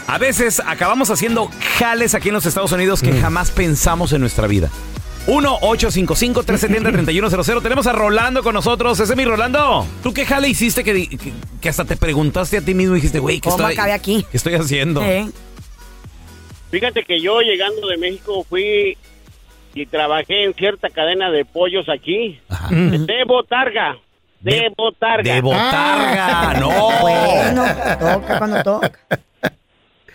Speaker 2: a veces acabamos haciendo jales aquí en los Estados Unidos que
Speaker 5: Mm.
Speaker 2: jamás pensamos en nuestra vida. 1-855-370-3100. Tenemos a Rolando con nosotros. Ese es mi Rolando. ¿Tú qué jale hiciste que, di- que- que hasta te preguntaste a ti mismo y dijiste, güey, ¿qué,
Speaker 17: ¿Cómo
Speaker 2: estoy,
Speaker 17: acabé aquí?"
Speaker 2: ¿qué estoy haciendo?
Speaker 17: Fíjate que yo llegando de México fui y trabajé en cierta cadena de pollos aquí. De botarga. De, botarga. Ah.
Speaker 2: De botarga, no.
Speaker 6: Bueno, toca cuando toca.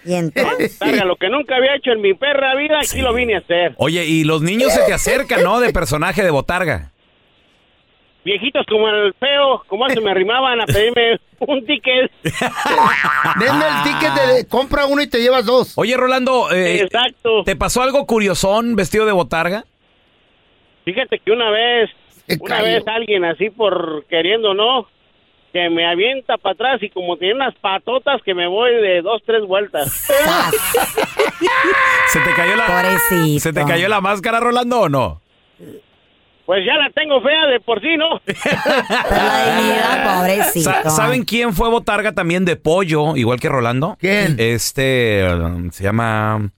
Speaker 6: Y entonces.
Speaker 17: Botarga, lo que nunca había hecho en mi perra vida, aquí lo vine a hacer.
Speaker 2: Oye, y los niños se te acercan, ¿no? De personaje de botarga.
Speaker 17: Viejitos como el feo, como se me arrimaban a pedirme un ticket.
Speaker 5: Denme el ticket de compra uno y te llevas dos.
Speaker 2: Oye, Rolando, eh, ¿te pasó algo curiosón vestido de botarga?
Speaker 17: Fíjate que una vez, una vez alguien así por queriendo, ¿no? Que me avienta para atrás y como tiene unas patotas que me voy de dos, tres vueltas.
Speaker 2: ¿Se te cayó la, ¿se te cayó la máscara, Rolando, o no?
Speaker 17: Pues ya la tengo fea de por sí, ¿no?
Speaker 6: pobrecito.
Speaker 2: Ah. Sa- ¿Saben quién fue botarga también de pollo, igual que Rolando? ¿Quién? Este, um, se llama...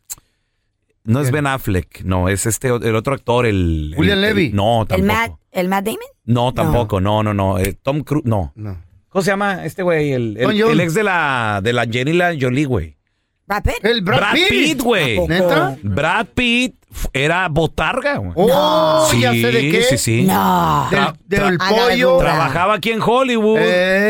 Speaker 2: No es Ben Affleck, no, es este, el otro actor, el...
Speaker 6: William
Speaker 2: el- el-
Speaker 6: Levy.
Speaker 2: no,
Speaker 6: ¿El
Speaker 2: tampoco.
Speaker 6: Matt, ¿El Matt Damon?
Speaker 2: No, tampoco, no, no, no. eh, Tom Cruise, no. ¿Cómo se llama este güey? El, el-
Speaker 6: Tom Jones.
Speaker 2: el ex de la, de la Jenila Jolie, güey.
Speaker 6: ¿Brad Pitt?
Speaker 5: El
Speaker 2: Brad Pitt, güey.
Speaker 5: ¿Neta?
Speaker 2: Brad Pitt f- era botarga, güey.
Speaker 5: Oh, ya sé de qué.
Speaker 2: Sí, sí.
Speaker 5: No.
Speaker 2: Tra-
Speaker 5: Del- del
Speaker 2: tra-
Speaker 5: pollo.
Speaker 2: Trabajaba aquí en Hollywood.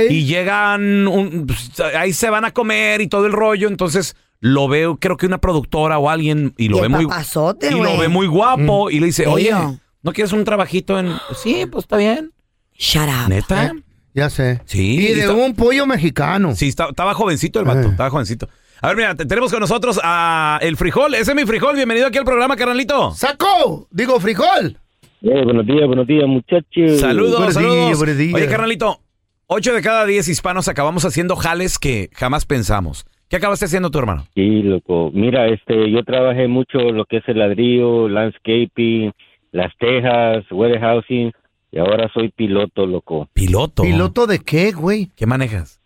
Speaker 2: Y llegan, un- pues, ahí se van a comer y todo el rollo. Entonces lo veo, creo que una productora o alguien, y lo
Speaker 6: Y
Speaker 2: ve
Speaker 6: el
Speaker 2: muy
Speaker 6: papazote,
Speaker 2: Y lo
Speaker 6: güey.
Speaker 2: ve muy guapo. Y le dice, oye,
Speaker 6: Tío.
Speaker 2: ¿No quieres un trabajito en...? Mm. Sí, pues está bien.
Speaker 6: Shut up. ¿Eh?
Speaker 2: ¿Neta?
Speaker 5: Ya sé.
Speaker 2: Sí.
Speaker 5: Y de
Speaker 2: está-
Speaker 5: un pollo mexicano. Eh.
Speaker 2: Sí, está- estaba jovencito el vato, estaba jovencito. A ver, mira, te- tenemos con nosotros a el frijol. Ese es mi frijol. Bienvenido aquí al programa, carnalito.
Speaker 5: ¡Saco! Digo, frijol.
Speaker 18: Eh, buenos días, buenos días, muchachos.
Speaker 2: Saludos, saludos. Oye, carnalito, 8 de cada 10 hispanos acabamos haciendo jales que jamás pensamos. ¿Qué acabaste haciendo tu hermano?
Speaker 18: Sí, loco. Mira, este, yo trabajé mucho lo que es el ladrillo, landscaping, las tejas, warehousing, y ahora soy piloto, loco.
Speaker 2: ¿Piloto?
Speaker 5: ¿Piloto de qué, güey?
Speaker 2: ¿Qué manejas?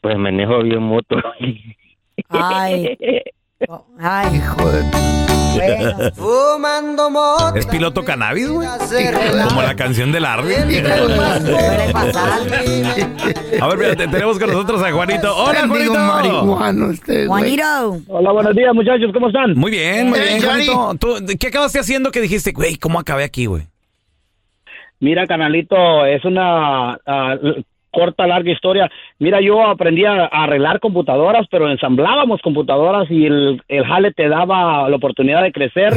Speaker 18: Pues manejo bien moto.
Speaker 6: Ay. Ay.
Speaker 5: Hijo
Speaker 12: Fumando moto.
Speaker 2: ¿Es piloto cannabis, güey? Como la canción del Arby. A ver, mira, te- tenemos con nosotros a Juanito. Hola,
Speaker 5: Bendigo marihuano
Speaker 2: Juanito.
Speaker 5: este, güey.
Speaker 6: Juanito.
Speaker 18: Hola, buenos días, muchachos. ¿Cómo están?
Speaker 2: Muy bien, muy
Speaker 18: Eh,
Speaker 2: bien,
Speaker 18: Johnny.
Speaker 2: Juanito. ¿Tú- ¿Qué acabaste haciendo que dijiste, güey, cómo acabé aquí, güey?
Speaker 18: Mira, canalito, es una ah, l- corta, larga historia. Mira, yo aprendí a a arreglar computadoras, pero ensamblábamos computadoras y el, el jale te daba la oportunidad de crecer.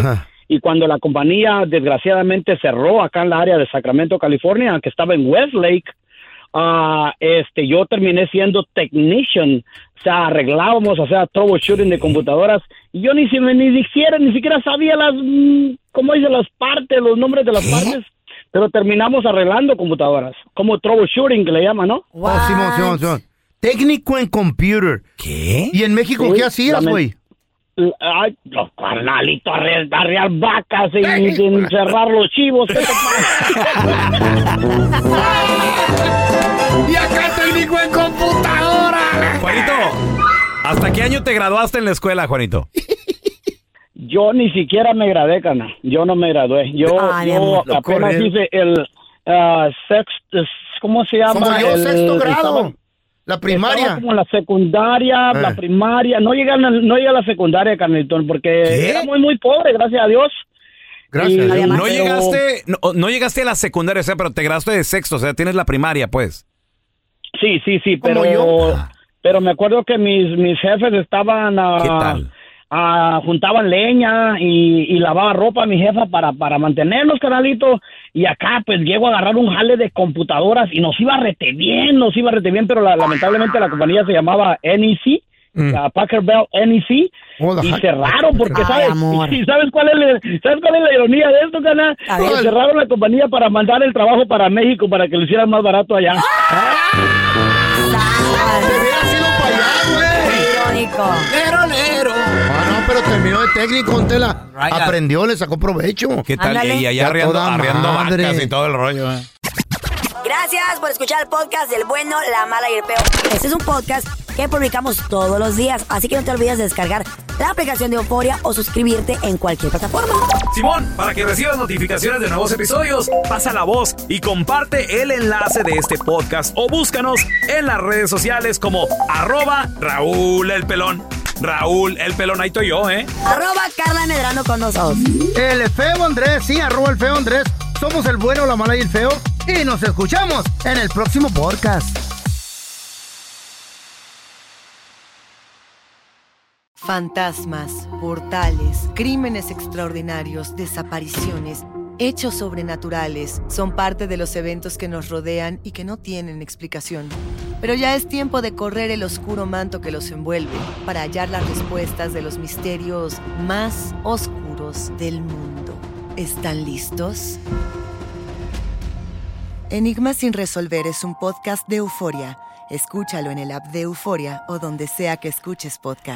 Speaker 18: Y cuando la compañía desgraciadamente cerró acá en la área de Sacramento, California, que estaba en Westlake, ah, este, yo terminé siendo technician, o sea, arreglábamos, o sea, troubleshooting de computadoras, y yo ni, si- ni siquiera, ni siquiera sabía las, mm, cómo dice, las partes, los nombres de las partes, pero terminamos arreglando computadoras, como troubleshooting que le llaman, ¿no?
Speaker 5: Oh, Simón, Simón, Simón. Técnico en computer.
Speaker 2: ¿Qué?
Speaker 5: ¿Y en México
Speaker 18: Sí,
Speaker 5: qué hacías,
Speaker 18: lamen-
Speaker 5: güey?
Speaker 18: Ay, los carnalitos, arrear, arrear vacas y, y cerrar los chivos. ¿qué te
Speaker 12: Y acá técnico en computadora.
Speaker 2: Juanito, ¿hasta qué año te graduaste en la escuela, Juanito?
Speaker 18: Yo ni siquiera me gradué, cana. Yo no me gradué. Yo,
Speaker 2: Ah, mi
Speaker 18: yo
Speaker 2: amor, lo
Speaker 18: apenas
Speaker 2: corrieron.
Speaker 18: hice el ah, sexto, ¿cómo se llama?
Speaker 5: Como yo,
Speaker 18: El-
Speaker 5: sexto grado.
Speaker 18: estaba-
Speaker 5: la primaria.
Speaker 18: estaba como en la secundaria,
Speaker 5: Eh.
Speaker 18: la primaria. No llegué, a la, no llegué a la secundaria, Carnelton, porque era muy, muy pobre, gracias a Dios. Y-
Speaker 2: Gracias. no
Speaker 18: pero-
Speaker 2: llegaste, no, no llegaste a la secundaria, o sea, pero te graduaste de sexto, o sea, tienes la primaria, pues.
Speaker 18: Sí, sí, sí, pero pero me acuerdo que mis mis jefes estaban ah,
Speaker 2: ¿Qué tal?
Speaker 18: ah, juntaban leña y, y lavaba ropa mi jefa para para mantenernos canalitos y acá pues llego a agarrar un jale de computadoras y nos iba rete bien, nos iba rete bien, pero la- lamentablemente la compañía se llamaba NEC,
Speaker 2: Mm.
Speaker 18: la Packer Bell NEC
Speaker 2: Oh,
Speaker 12: la
Speaker 18: y
Speaker 12: Hack-
Speaker 18: cerraron porque
Speaker 12: Ay,
Speaker 18: sabes,
Speaker 12: amor.
Speaker 18: y sabes cuál es la- sabes cuál es la ironía de esto, canal,
Speaker 12: A ver.
Speaker 18: Que cerraron la compañía para mandar el trabajo para México para que lo hicieran más barato allá.
Speaker 12: ¡Ah!
Speaker 6: Irónico.
Speaker 5: Lero, lero. Ah, no, pero terminó de técnico, don Tela. Aprendió, le sacó provecho.
Speaker 2: ¿Qué tal? Y, y allá arriando, arriando vacas y todo el rollo, ¿eh?
Speaker 6: Gracias por escuchar el podcast del bueno, la mala y el peor. Este es un podcast que publicamos todos los días, así que no te olvides de descargar la aplicación de Euforia o suscribirte en cualquier plataforma.
Speaker 7: Simón, para que recibas notificaciones de nuevos episodios, pasa la voz y comparte el enlace de este podcast o búscanos en las redes sociales como arroba Raúl el Pelón. Raúl el Pelón, ahí estoy yo, ¿eh?
Speaker 6: Arroba Carla Medrano con nosotros.
Speaker 5: El feo Andrés, sí, arroba el feo Andrés. Somos el bueno, la mala y el feo. Y nos escuchamos en el próximo podcast.
Speaker 3: Fantasmas, portales, crímenes extraordinarios, desapariciones, hechos sobrenaturales son parte de los eventos que nos rodean y que no tienen explicación. Pero ya es tiempo de correr el oscuro manto que los envuelve para hallar las respuestas de los misterios más oscuros del mundo. ¿Están listos? Enigma sin resolver es un podcast de euforia. Escúchalo en el app de Euforia o donde sea que escuches podcast.